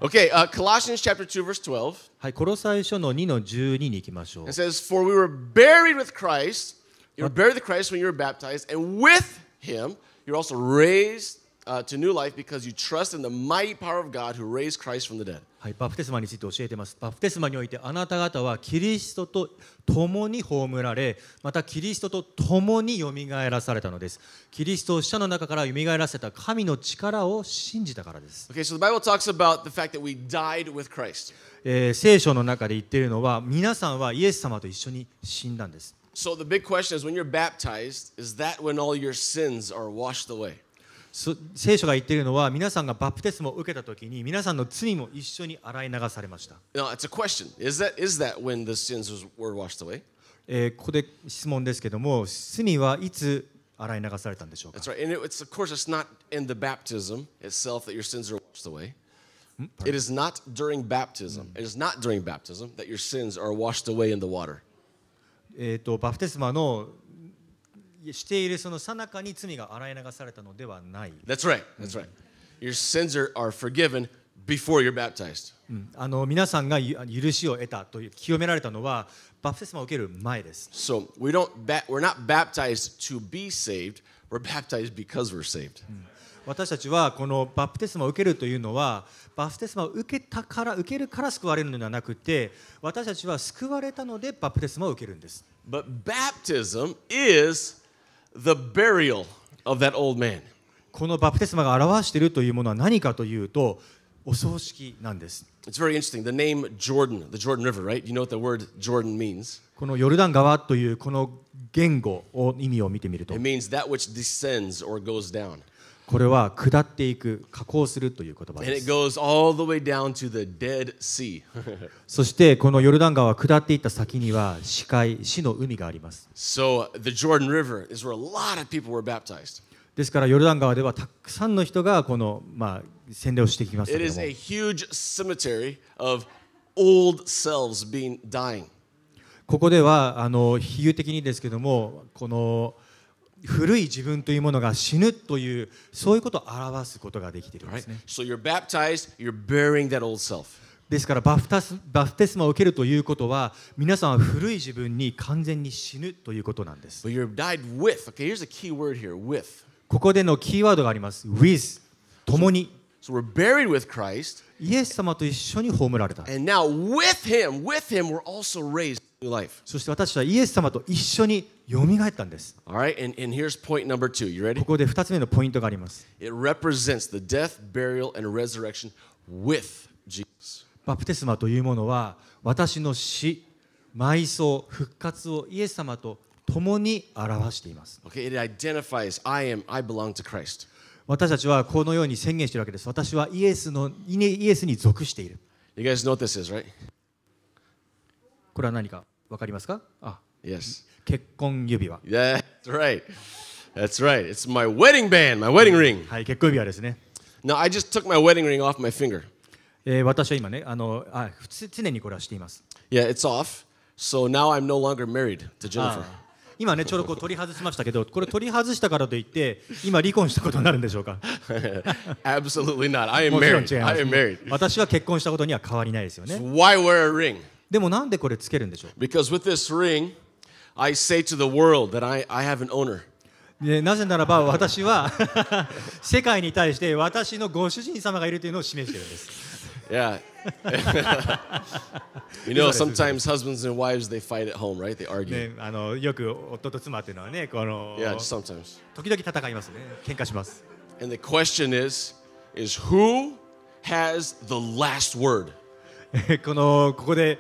Speaker 1: Okay, uh, Colossians chapter 2, verse 12.
Speaker 2: はいコロサイ書の2の12に行きましょう
Speaker 1: It says, For we were buried with Christ. You were buried with Christ when you were baptized, and with him, you're also raised uh, to new life because you trust in the mighty power of God who raised Christ from the dead.
Speaker 2: はい、バプテスマについて教えていますバプテスマにおいてあなた方はキリストと共に葬られまたキリストと共によみがえらされたのですキリストを死者の中からよみがえらせた神の力を信じたからです、
Speaker 1: Okay, so the Bible talks about the fact that we died with Christ.
Speaker 2: えー聖書の中で言っているのは皆さんはイエス様と一緒に死んだんです
Speaker 1: So the big question is when you're baptized, is that when all your sins are washed away?
Speaker 2: そ聖書が言っているのは皆さんがバプテスマを受けた時に皆さんの罪も一緒に洗い流されました、
Speaker 1: No, it's a question. Is that is that when the sins was, were washed away?
Speaker 2: えーここで質問ですけども罪はいつ洗い流されたんでしょうか
Speaker 1: That's right. And it, it's of course it's not in the baptism itself that your sins are washed away. It is not during baptism. It is not during baptism that your sins are washed away in the water.
Speaker 2: えー、とバプテスマのしているその最中に罪が洗い流されたのではない、
Speaker 1: That's right. That's right. Your sins are, are forgiven before you're baptized.
Speaker 2: うんあの皆さんがゆ許しを得たという清められたのはバプテスマを受ける前です、
Speaker 1: So we don't ba- we're not baptized to be saved. We're baptized because we're saved.
Speaker 2: 私たちはこのバプテスマを受けるというのはバプテスマを受けたから受けるから救われるのではなくて私たちは救われたのでバプテスマを受けるんです
Speaker 1: But baptism is the burial of that old man.
Speaker 2: このバプテスマが表しているというものは何かというとお葬式なんです
Speaker 1: It's very interesting. The name Jordan, the Jordan River, right? You know what the word Jordan means?
Speaker 2: このヨルダン川というこの言語を意味を見てみると
Speaker 1: It means that which descends or goes down.
Speaker 2: これは下っていく下降するという言葉
Speaker 1: And
Speaker 2: で
Speaker 1: it
Speaker 2: す
Speaker 1: goes all the way down to the Dead Sea.
Speaker 2: そしてこのヨルダン川は下っていった先には死海死の海があります
Speaker 1: so uh, the Jordan River is where a lot of people were baptized.
Speaker 2: ですからヨルダン川ではたくさんの人がこの、まあ、洗礼をしてきました
Speaker 1: It
Speaker 2: けど
Speaker 1: is
Speaker 2: も
Speaker 1: a huge cemetery of old selves being dying.
Speaker 2: ここではあの比喩的にですけどもこの古い自分というものが死ぬというそういうことを表すことができているんで
Speaker 1: Right?
Speaker 2: すね
Speaker 1: So you're baptized, you're burying that old self.
Speaker 2: ですからバフタスバフテスマを受けるということは皆さんは古い自分に完全に死ぬということなんです
Speaker 1: But you're died with. Okay, here's a key word here with.
Speaker 2: ここでのキーワードがあります。with 共に
Speaker 1: So we're buried with Christ,
Speaker 2: イエス様と一緒に葬られた。
Speaker 1: and now with Him, with Him, we're also raised to new life.
Speaker 2: そして私はイエス様と一緒に蘇ったんです。
Speaker 1: All right, and, and here's point number two. You ready?
Speaker 2: ここで2つ目のポイントがあります。
Speaker 1: It represents the death, burial, and resurrection with Jesus.
Speaker 2: バプテスマというものは私の死、埋葬、復活をイエス様と共に表しています。
Speaker 1: Okay, it identifies I am, I belong to Christ.
Speaker 2: 私たちはこのように宣言しているわけです。私はイエスのイエスに属している。
Speaker 1: You guys know what this is, right?
Speaker 2: これは何か分かりますかあ
Speaker 1: Yes.
Speaker 2: 結婚指輪。
Speaker 1: That's right. That's right. It's my wedding band, my wedding ring.
Speaker 2: はい、結婚指輪ですね。
Speaker 1: Now, I just took my wedding ring off my finger.
Speaker 2: えー私は今ねあのあ、普通常にこれはしています。
Speaker 1: Yeah, it's off. So now I'm no longer married to Jennifer.
Speaker 2: 今ねちょうどこう取り外しましたけどこれ取り外したからといって今離婚したことになるんでしょうか
Speaker 1: Absolutely not. I am
Speaker 2: もちろん
Speaker 1: married.
Speaker 2: 違いま
Speaker 1: I
Speaker 2: す
Speaker 1: am married.
Speaker 2: 私は結婚したことには変わりないですよね
Speaker 1: Why wear a ring?
Speaker 2: でもなんでこれつけるんでしょ
Speaker 1: Because with this ring, I say to the world that I, I have an owner.
Speaker 2: うでなぜならば私は 世界に対して私のご主人様がいるというのを示しているんです
Speaker 1: Yeah. you know, sometimes husbands and wives they fight at home, right? They argue.
Speaker 2: ねあのよく夫と妻っていうのはねこの
Speaker 1: Yeah, sometimes.
Speaker 2: 時々戦いますね喧嘩します
Speaker 1: And the question is, is who has the last word?
Speaker 2: このここで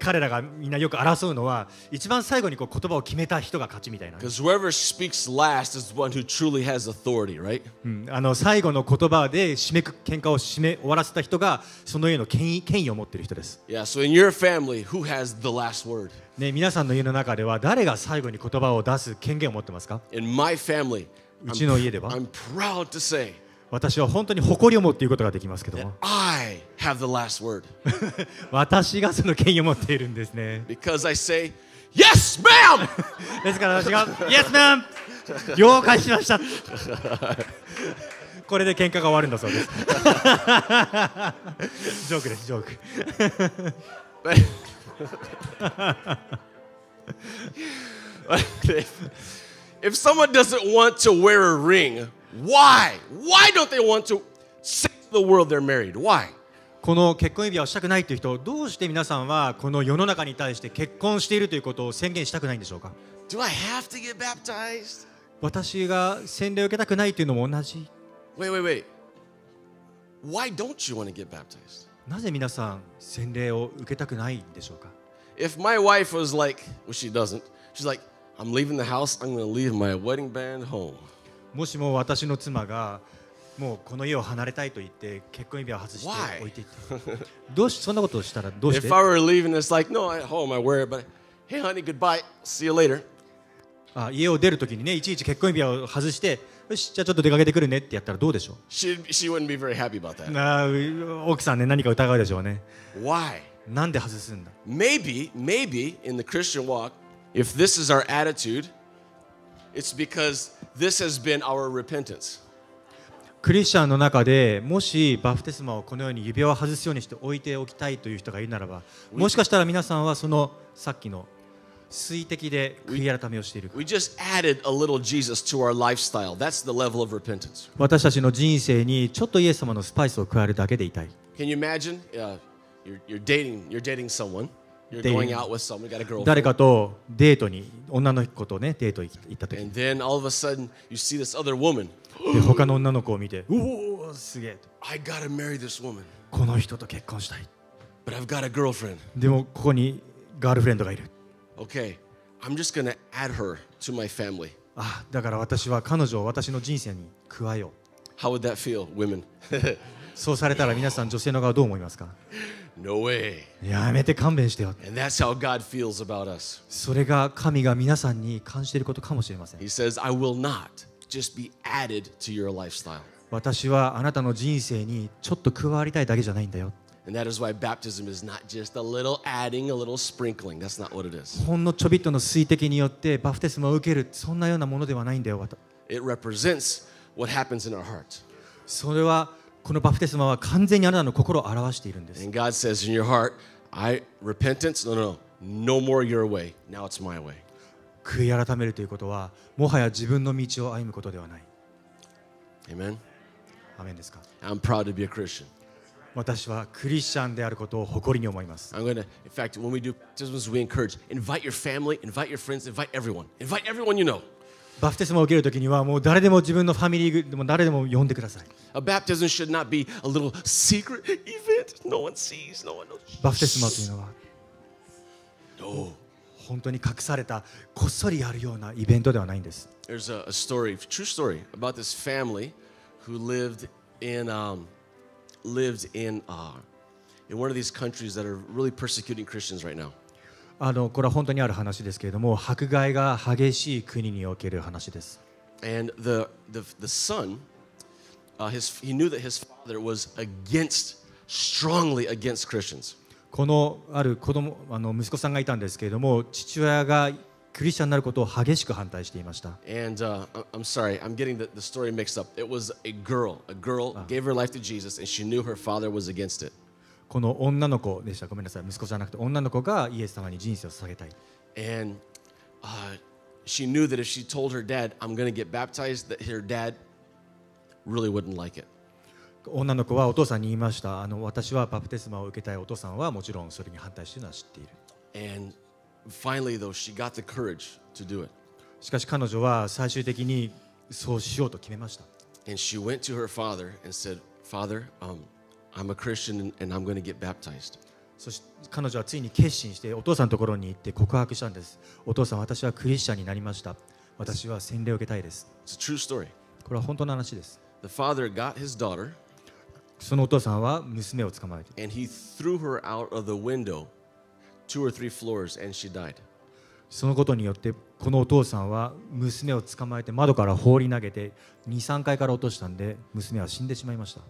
Speaker 2: 彼らがみんなよく争うのは一番最後にこう言葉を決めた人が勝ちみたいな
Speaker 1: Because whoever speaks last is the one who truly has authority, right?
Speaker 2: うんあの最後の言葉で締めく喧嘩を締め終わらせた人がその家の権威権威を持っている人です、
Speaker 1: Yeah. So in your family, who has the last word?
Speaker 2: ね、皆さんの家の中では誰が最後に言葉を出す権限を持ってますか
Speaker 1: In my family,
Speaker 2: うちの家では
Speaker 1: I'm proud to say
Speaker 2: 私は本当に誇りを持っていうことができますけども
Speaker 1: I have the last word
Speaker 2: 私がその権威を持っているんですね
Speaker 1: because I say, Yes, ma'am!
Speaker 2: ですから私が「イエスマン了解しましたこれで喧嘩が終わるんだそうです ジョークですジョーク
Speaker 1: but But if, if someone doesn't want to wear a ring, why? Why don't they want to say to the world they're married? Why?
Speaker 2: この結婚指輪をしたくないという人どうして皆さんはこの世の中に対して結婚しているということを宣言したくないんでしょうか
Speaker 1: Do I have to get baptized?
Speaker 2: 私が洗礼を受けたくないというのも同じ
Speaker 1: Wait, wait, wait. Why don't you want to get baptized?
Speaker 2: なぜ皆さん洗礼を受けたくないんでしょうか
Speaker 1: If my wife was like, well, she doesn't, she's like, I'm leaving the house, I'm going to leave my wedding band home.
Speaker 2: もしも私の妻がもうこの家を離れたいと言って結婚指輪を外して
Speaker 1: Why？
Speaker 2: 置いていったどうしそんなことをしたらどうして
Speaker 1: If I were leaving, it's like, no, at home I wear it, but hey, honey, goodbye, see you later.
Speaker 2: あ家を出るときにねいちいち結婚指輪を外してよしじゃあちょっと出かけてくるねってやったらどうでしょ
Speaker 1: She she wouldn't be very happy about
Speaker 2: う
Speaker 1: that.
Speaker 2: あー奥さんね何か疑うでしょうね
Speaker 1: Why?
Speaker 2: なんで外すんだ
Speaker 1: Maybe, maybe in the Christian walk, if this is our attitude, it's because this has been our repentance.
Speaker 2: クリスチャンの中でもしバフテスマをこのように指輪を外すようにして置いておきたいという人がいるならばもしかしたら皆さんはそのさっきの水滴で悔い改めをしているか
Speaker 1: We just added a little Jesus to our lifestyle. That's the level of repentance.
Speaker 2: 私たちの人生にちょっとイエス様のスパイスを加えるだけでいたい
Speaker 1: Can you imagine? Uh, you're, you're dating you're dating someone. You're
Speaker 2: Dating.
Speaker 1: going out with someone. Got a girl.
Speaker 2: 誰かとデートに女の子とねデートに行った時
Speaker 1: And then all of a sudden you see this other woman.
Speaker 2: で他の女の子を見てうおーすげえ
Speaker 1: I gotta marry this woman,
Speaker 2: この人と結婚したい
Speaker 1: but I've got a girlfriend.
Speaker 2: でもここにガールフレンドがいる
Speaker 1: Okay, I'm just gonna add her to my family.
Speaker 2: あだから私は彼女を私の人生に加えよう
Speaker 1: How would that feel, women?
Speaker 2: そうされたら皆さん女性の側どう思いますか
Speaker 1: no way.
Speaker 2: やめて勘弁してよ
Speaker 1: And that's how God feels about us.
Speaker 2: それが神が皆さんに感じていることかもしれません
Speaker 1: He says, I will not just be added to your lifestyle.
Speaker 2: 私はあなたの人生にちょっと加わりたいだけじゃないんだよ
Speaker 1: And that is why baptism is not just a little adding, a little sprinkling. That's not what it is.
Speaker 2: ほんのちょびっとの水滴によってバプテスマを受けるそんなようなものではないんだよわた
Speaker 1: It represents what happens in our heart.
Speaker 2: それはこのバプテスマは完全にあなたの心を表しているんです
Speaker 1: And God says in your heart, I repentance, no, no, no, no more your way. Now it's my way.
Speaker 2: 悔い改めるということはもはや自分の道を歩むことではない
Speaker 1: Amen.
Speaker 2: アメンですか
Speaker 1: I'm proud to be a Christian.
Speaker 2: 私はクリスチャンであることを誇りに思います
Speaker 1: I'm gonna, in fact, when we do baptisms, we encourage invite your family, invite your friends, invite everyone, invite everyone you know.
Speaker 2: バプテスマを受けるときにはもう誰でも自分のファミリーでも誰でも呼んでください
Speaker 1: A baptism should not be a little secret event. No one sees, no one knows.
Speaker 2: バプテスマというのは
Speaker 1: No.
Speaker 2: 本当に隠されたこっそりやるようなイベントではないんです
Speaker 1: There's a, a story, true story, about this family who lived in um, lived in uh, in one of these countries that are really persecuting Christians right now.
Speaker 2: あのこれは本当にある話ですけれども迫害が激しい国における話です
Speaker 1: And the the, the son, uh, his he knew that his father was against, strongly against Christians.
Speaker 2: このある子供あの息子さんがいたんですけれども父親がクリスチャンになることを激しく反対していました
Speaker 1: And uh, I- I'm sorry, I'm getting the, the story mixed up. It was a girl. A girl gave her life to Jesus, and she knew her father was against it.
Speaker 2: この女の子でしたごめんなさい息子じゃなくて女の子がイエス様に人生を捧げたい
Speaker 1: And uh, she knew that if she told her dad, I'm going to get baptized, that her dad really wouldn't like it.
Speaker 2: 女の子はお父さんに言いましたあの私はバプテスマを受けたいお父さんはもちろんそれに反対しているのは知っている
Speaker 1: And finally, though, she got the courage to do it.
Speaker 2: しかし彼女は最終的にそうしようと決めました
Speaker 1: And she went to her father and said, Father, um, I'm a Christian and, and I'm going to get baptized.
Speaker 2: そして彼女はついに決心してお父さんのところに行って告白したんですお父さん私はクリスチャンになりました私は洗礼を受けたいです
Speaker 1: It's a true story.
Speaker 2: これは本当の話です
Speaker 1: The father got his daughter
Speaker 2: そのお父さんは娘を捕まえて
Speaker 1: and he threw her out of the window two or three floors and she died.
Speaker 2: そのことによってこのお父さんは娘を捕まえて窓から放り投げて23階から落としたんで娘は死んでしまいました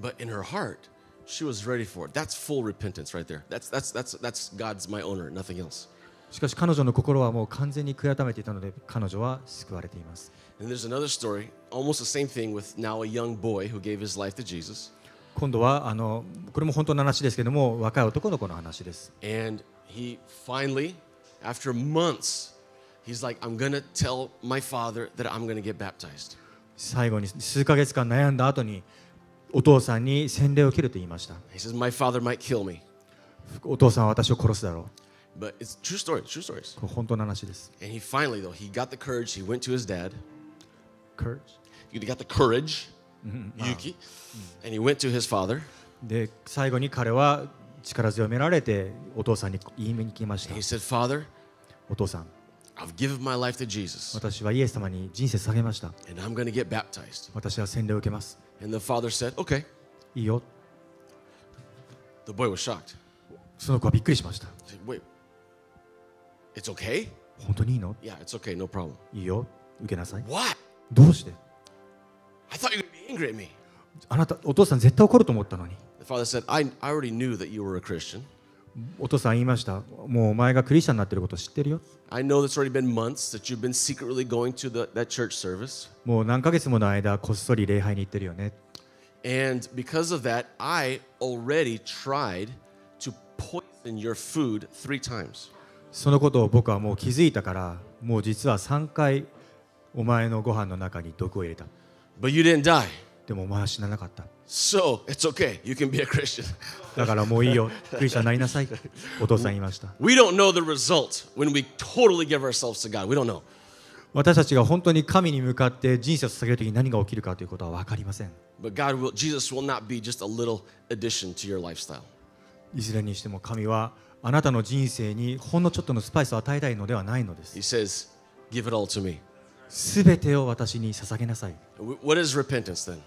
Speaker 1: But in her heart, She was ready for it. That's full repentance right there. That's that's that's that's God's my owner, nothing else.
Speaker 2: しかし彼女の心はもう完全に悔やためていたので彼女は救われています
Speaker 1: And there's another story, almost the same thing with now a young boy who gave his life to Jesus.
Speaker 2: 今度はあのこれも本当の話ですけども若い男の子の話です
Speaker 1: And he finally, after months, he's like, I'm gonna tell my father that I'm gonna get baptized.
Speaker 2: 最後に数ヶ月間悩んだ後にお父さんに洗礼を受けると言いました
Speaker 1: He says, My father might kill me.
Speaker 2: お父さんは私を殺すだろ
Speaker 1: But it's true stories, true stories.
Speaker 2: うこれ本当の話です
Speaker 1: And he finally, though, he got the courage, he went to his dad.
Speaker 2: Courage
Speaker 1: He got the courage, Yuki, and he went to his father.
Speaker 2: で最後に彼は力強められてお父さんに言いに来ました
Speaker 1: He said, Father,
Speaker 2: お父さん
Speaker 1: I've given my life to Jesus,
Speaker 2: 私はイエス様に人生下げました
Speaker 1: and I'm gonna get baptized.
Speaker 2: 私は洗礼を受けます
Speaker 1: And the father said, Okay.
Speaker 2: いいよ
Speaker 1: The boy was shocked.
Speaker 2: その子はびっくりしました
Speaker 1: He said, Wait, it's okay?
Speaker 2: 本当にいいの
Speaker 1: Yeah, it's okay, no problem.
Speaker 2: いいよ受けなさい
Speaker 1: What?
Speaker 2: どうして
Speaker 1: I thought you were gonna be angry at me.
Speaker 2: あなたお父さん絶対怒ると思ったのに
Speaker 1: The father said, I, I already knew that you were a Christian.
Speaker 2: お父さん言いましたもうお前がクリスチャンになってること知ってるよ
Speaker 1: I know it's already been months that you've been secretly going to the, that church service.
Speaker 2: もう何ヶ月もの間こっそり礼拝に行ってるよね
Speaker 1: And because of that, I already tried to poison your food three times.
Speaker 2: そのことを僕はもう気づいたからもう実は3回お前のご飯の中に毒を入れた
Speaker 1: But you didn't die.
Speaker 2: でもお前は死ななかった
Speaker 1: So it's okay. You can be a Christian.
Speaker 2: だからもういいよクリスチャンになりなさいお父さん言いました
Speaker 1: We don't know the result when we totally give ourselves to God. We don't know.
Speaker 2: 私たちが本当に神に向かって人生を捧げる時に何が起きるかということは分かりません
Speaker 1: But God will, Jesus will not be just a little addition to your lifestyle.
Speaker 2: いずれにしても神はあなたの人生にほんのちょっとのスパイスを与えたいのではないのです
Speaker 1: He says, Give it all to me.
Speaker 2: すべてを私に捧げなさい
Speaker 1: Wh- What is repentance then?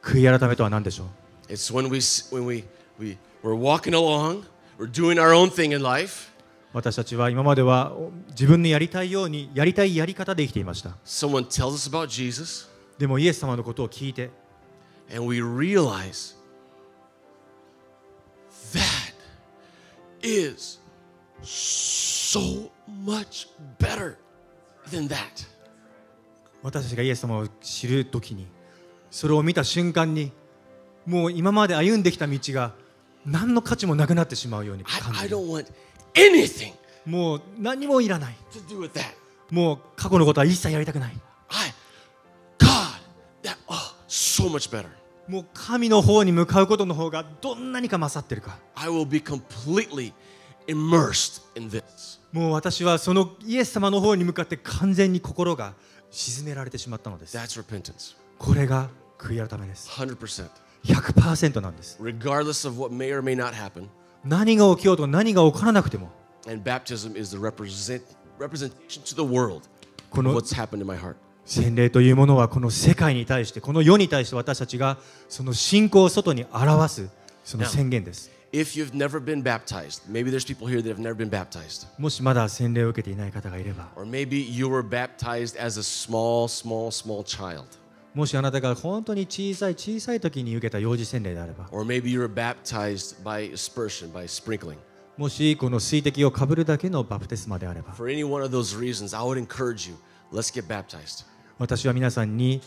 Speaker 2: 悔い改めとは何でしょう
Speaker 1: It's when we s- when we we we're walking along, we're doing our own thing in life.
Speaker 2: 私たちは今まではお自分のやりたいようにやりたいやり方で生きていました
Speaker 1: Someone tells us about Jesus,
Speaker 2: でもイエス様のことを聞いて
Speaker 1: and we realize that is so much better than that.
Speaker 2: 私たちがイエス様を知るときにそれを見た瞬間にもう今まで歩んできた道が何の価値もなくなってしまうように
Speaker 1: I,
Speaker 2: 感
Speaker 1: I
Speaker 2: じる
Speaker 1: don't want anything
Speaker 2: もう何もいらない
Speaker 1: to do with that.
Speaker 2: もう過去のことは一切やりたくない
Speaker 1: I, God, that oh, so much better.
Speaker 2: もう神の方に向かうことの方がどんなにか勝ってるか
Speaker 1: I will be completely immersed in this.
Speaker 2: もう私はそのイエス様の方に向かって完全に心が沈められてしまったのです
Speaker 1: That's repentance,
Speaker 2: これが悔い改めです
Speaker 1: hundred percent.
Speaker 2: 100%なんです
Speaker 1: regardless of what may or may not happen.
Speaker 2: 何が起きようと何が起こらなくても
Speaker 1: And baptism is the represent, representation to the world
Speaker 2: こ
Speaker 1: of
Speaker 2: の
Speaker 1: what's happened in my heart.
Speaker 2: 洗礼というものはこの世界に対してこの世に対して私たちがその信仰を外に表すその宣言です
Speaker 1: If you've never been baptized, maybe there's people here that have never been baptized,
Speaker 2: もしまだ洗礼を受けていない方がいれば
Speaker 1: or maybe you were baptized as a small, small, small child,
Speaker 2: もしあなたが本当に小さい小さい時に受けた幼児洗礼であれば
Speaker 1: or maybe you were baptized by aspersion, by sprinkling.
Speaker 2: もしこの水滴をかぶるだけのバプテスマであれば
Speaker 1: For any one of those reasons, I would encourage you let's get baptized.
Speaker 2: 私は皆さんに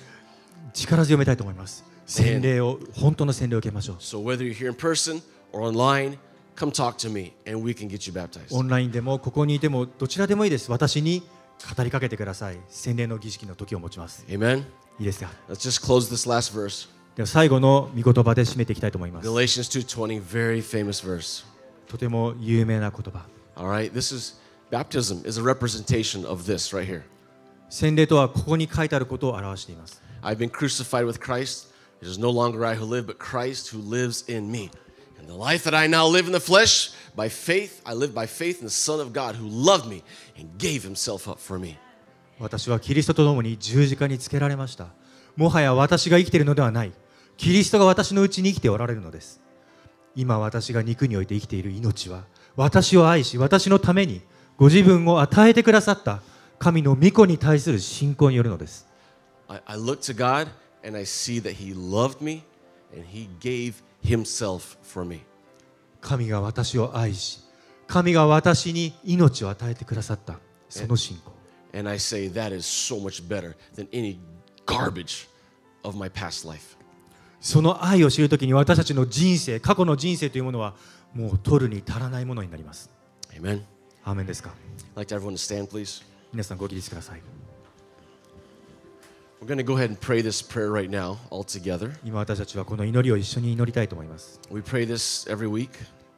Speaker 2: 力強めたいと思います洗礼を本当の洗礼を受けましょう
Speaker 1: So, whether you're here in person or online, come talk to me and we can get you baptized.
Speaker 2: オンラインでもここにいてもどちらでもいいです私に語りかけてください洗礼の儀式の時を持ちます
Speaker 1: Amen.
Speaker 2: いいですか
Speaker 1: Let's just close this last verse.
Speaker 2: では最後の御言葉で締めていきたいと思います
Speaker 1: Galatians 2:20, very famous verse.
Speaker 2: とても有名な言葉
Speaker 1: All right, this is baptism is a representation of this right here.
Speaker 2: 洗礼とはここに書いてあることを表しています
Speaker 1: I've been crucified with Christ. It is no longer I who live, but Christ who lives in me. And the life that I now live in the flesh, by faith, I live by faith in the Son of God who loved me and gave himself up for me.
Speaker 2: 私はキリストと共に十字架につけられましたもはや私が生きているのではないキリストが私のうちに生きておられるのです今私が肉において生きている命は私を愛し私のためにご自分を与えてくださった神の御子に対する信仰によるのです
Speaker 1: I, I look to God and I see that he loved me and he gave himself for me.
Speaker 2: 神が私を愛し神が私に命を与えてくださったその信仰
Speaker 1: And I say that is so much better than any garbage of my past life.
Speaker 2: その愛を知るときに私たちの人生過去の人生というものはもう取るに足らないものになります
Speaker 1: Amen.
Speaker 2: アーメンですか
Speaker 1: I'd like to everyone to stand, please.
Speaker 2: 皆さんご起立ください
Speaker 1: We're going to go ahead and pray this prayer right now, all together.
Speaker 2: 今私たちはこの祈りを一緒に祈りたいと思います
Speaker 1: We pray this every week,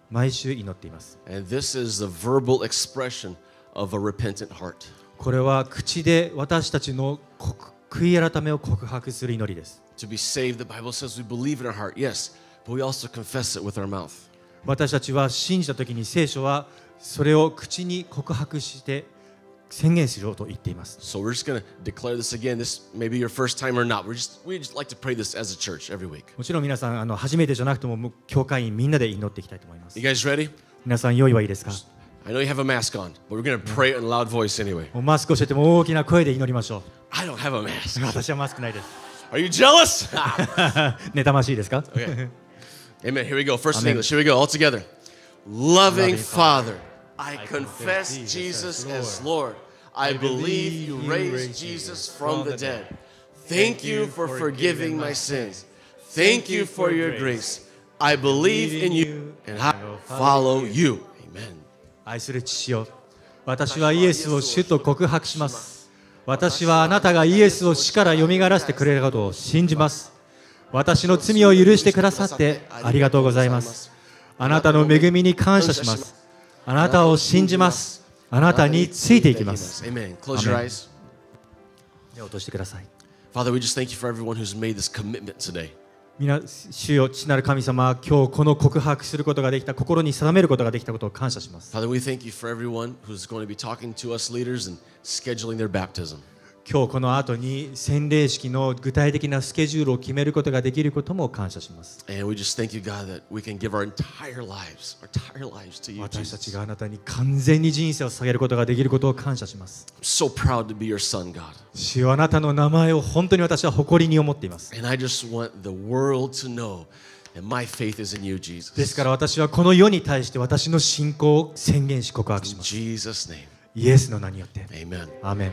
Speaker 2: 毎週祈っています
Speaker 1: and this is the verbal expression of a repentant heart.
Speaker 2: これは口で私たちの告悔い改めを告白する祈りです
Speaker 1: To be saved, the Bible says we believe in our heart, yes, but we also confess it with our mouth.
Speaker 2: 私たちは信じた時に聖書はそれを口に告白して宣言しろと言っています
Speaker 1: So we're just going to declare this again. This may be your first time or not. We're just, we just like to pray this as a church every week.
Speaker 2: もちろん皆さんあの初めてじゃなくてももう教会員みんなで祈っていきたいと思います
Speaker 1: You guys ready?
Speaker 2: 皆さん用意はいいですか
Speaker 1: I know you have a mask on, but we're going to pray in a loud voice anyway.
Speaker 2: もうマスクをしてても大きな声で祈りま しょ
Speaker 1: I don't have a mask.
Speaker 2: う私はマスクないです
Speaker 1: Are you jealous?
Speaker 2: 妬ましいですか
Speaker 1: Okay. Amen. Here we go. First in
Speaker 2: Amen.
Speaker 1: English. Here we go. All together. Loving
Speaker 2: Loving
Speaker 1: Father, I confess Jesus as Lord. I believe you raised Jesus from the dead. Thank you for forgiving my sins. Thank you for your grace. I believe in you and I follow you. Amen.
Speaker 2: 愛する父よ私はイエスを主と告白します私はあなたがイエスを死からよみがらせてくれることを信じます私の罪を許してくださってありがとうございますあなたの恵みに感謝しますあなたを信じますあなたについていきます
Speaker 1: Amen. Close your
Speaker 2: Amen.
Speaker 1: eyes.
Speaker 2: 手を落としてください
Speaker 1: Father, we just thank you for everyone who's made this commitment today.
Speaker 2: 皆主よ父なる神様今日この告白することができた心に定めることができたことを感謝します
Speaker 1: Father, we thank you for everyone who's going to be talking to us leaders and scheduling their baptism.
Speaker 2: 今日この後に洗礼式の具体的なスケジュールを決めることができることも感謝します
Speaker 1: And we just thank you, God, that we can give our entire lives, our entire lives to you.
Speaker 2: 私たち
Speaker 1: Jesus.
Speaker 2: があなたに完全に人生を捧げることができることを感謝します。
Speaker 1: I'm so proud to be your son, God.
Speaker 2: 主よあなたの名前を本当に私は誇りに思っています。
Speaker 1: And I just want the world to know that my faith is in you,
Speaker 2: で
Speaker 1: Jesus.
Speaker 2: すから私はこの世に対して私の信仰を宣言し告白し
Speaker 1: In
Speaker 2: ます。
Speaker 1: Jesus' name,
Speaker 2: イエスの名によって。
Speaker 1: amen.
Speaker 2: アーメン。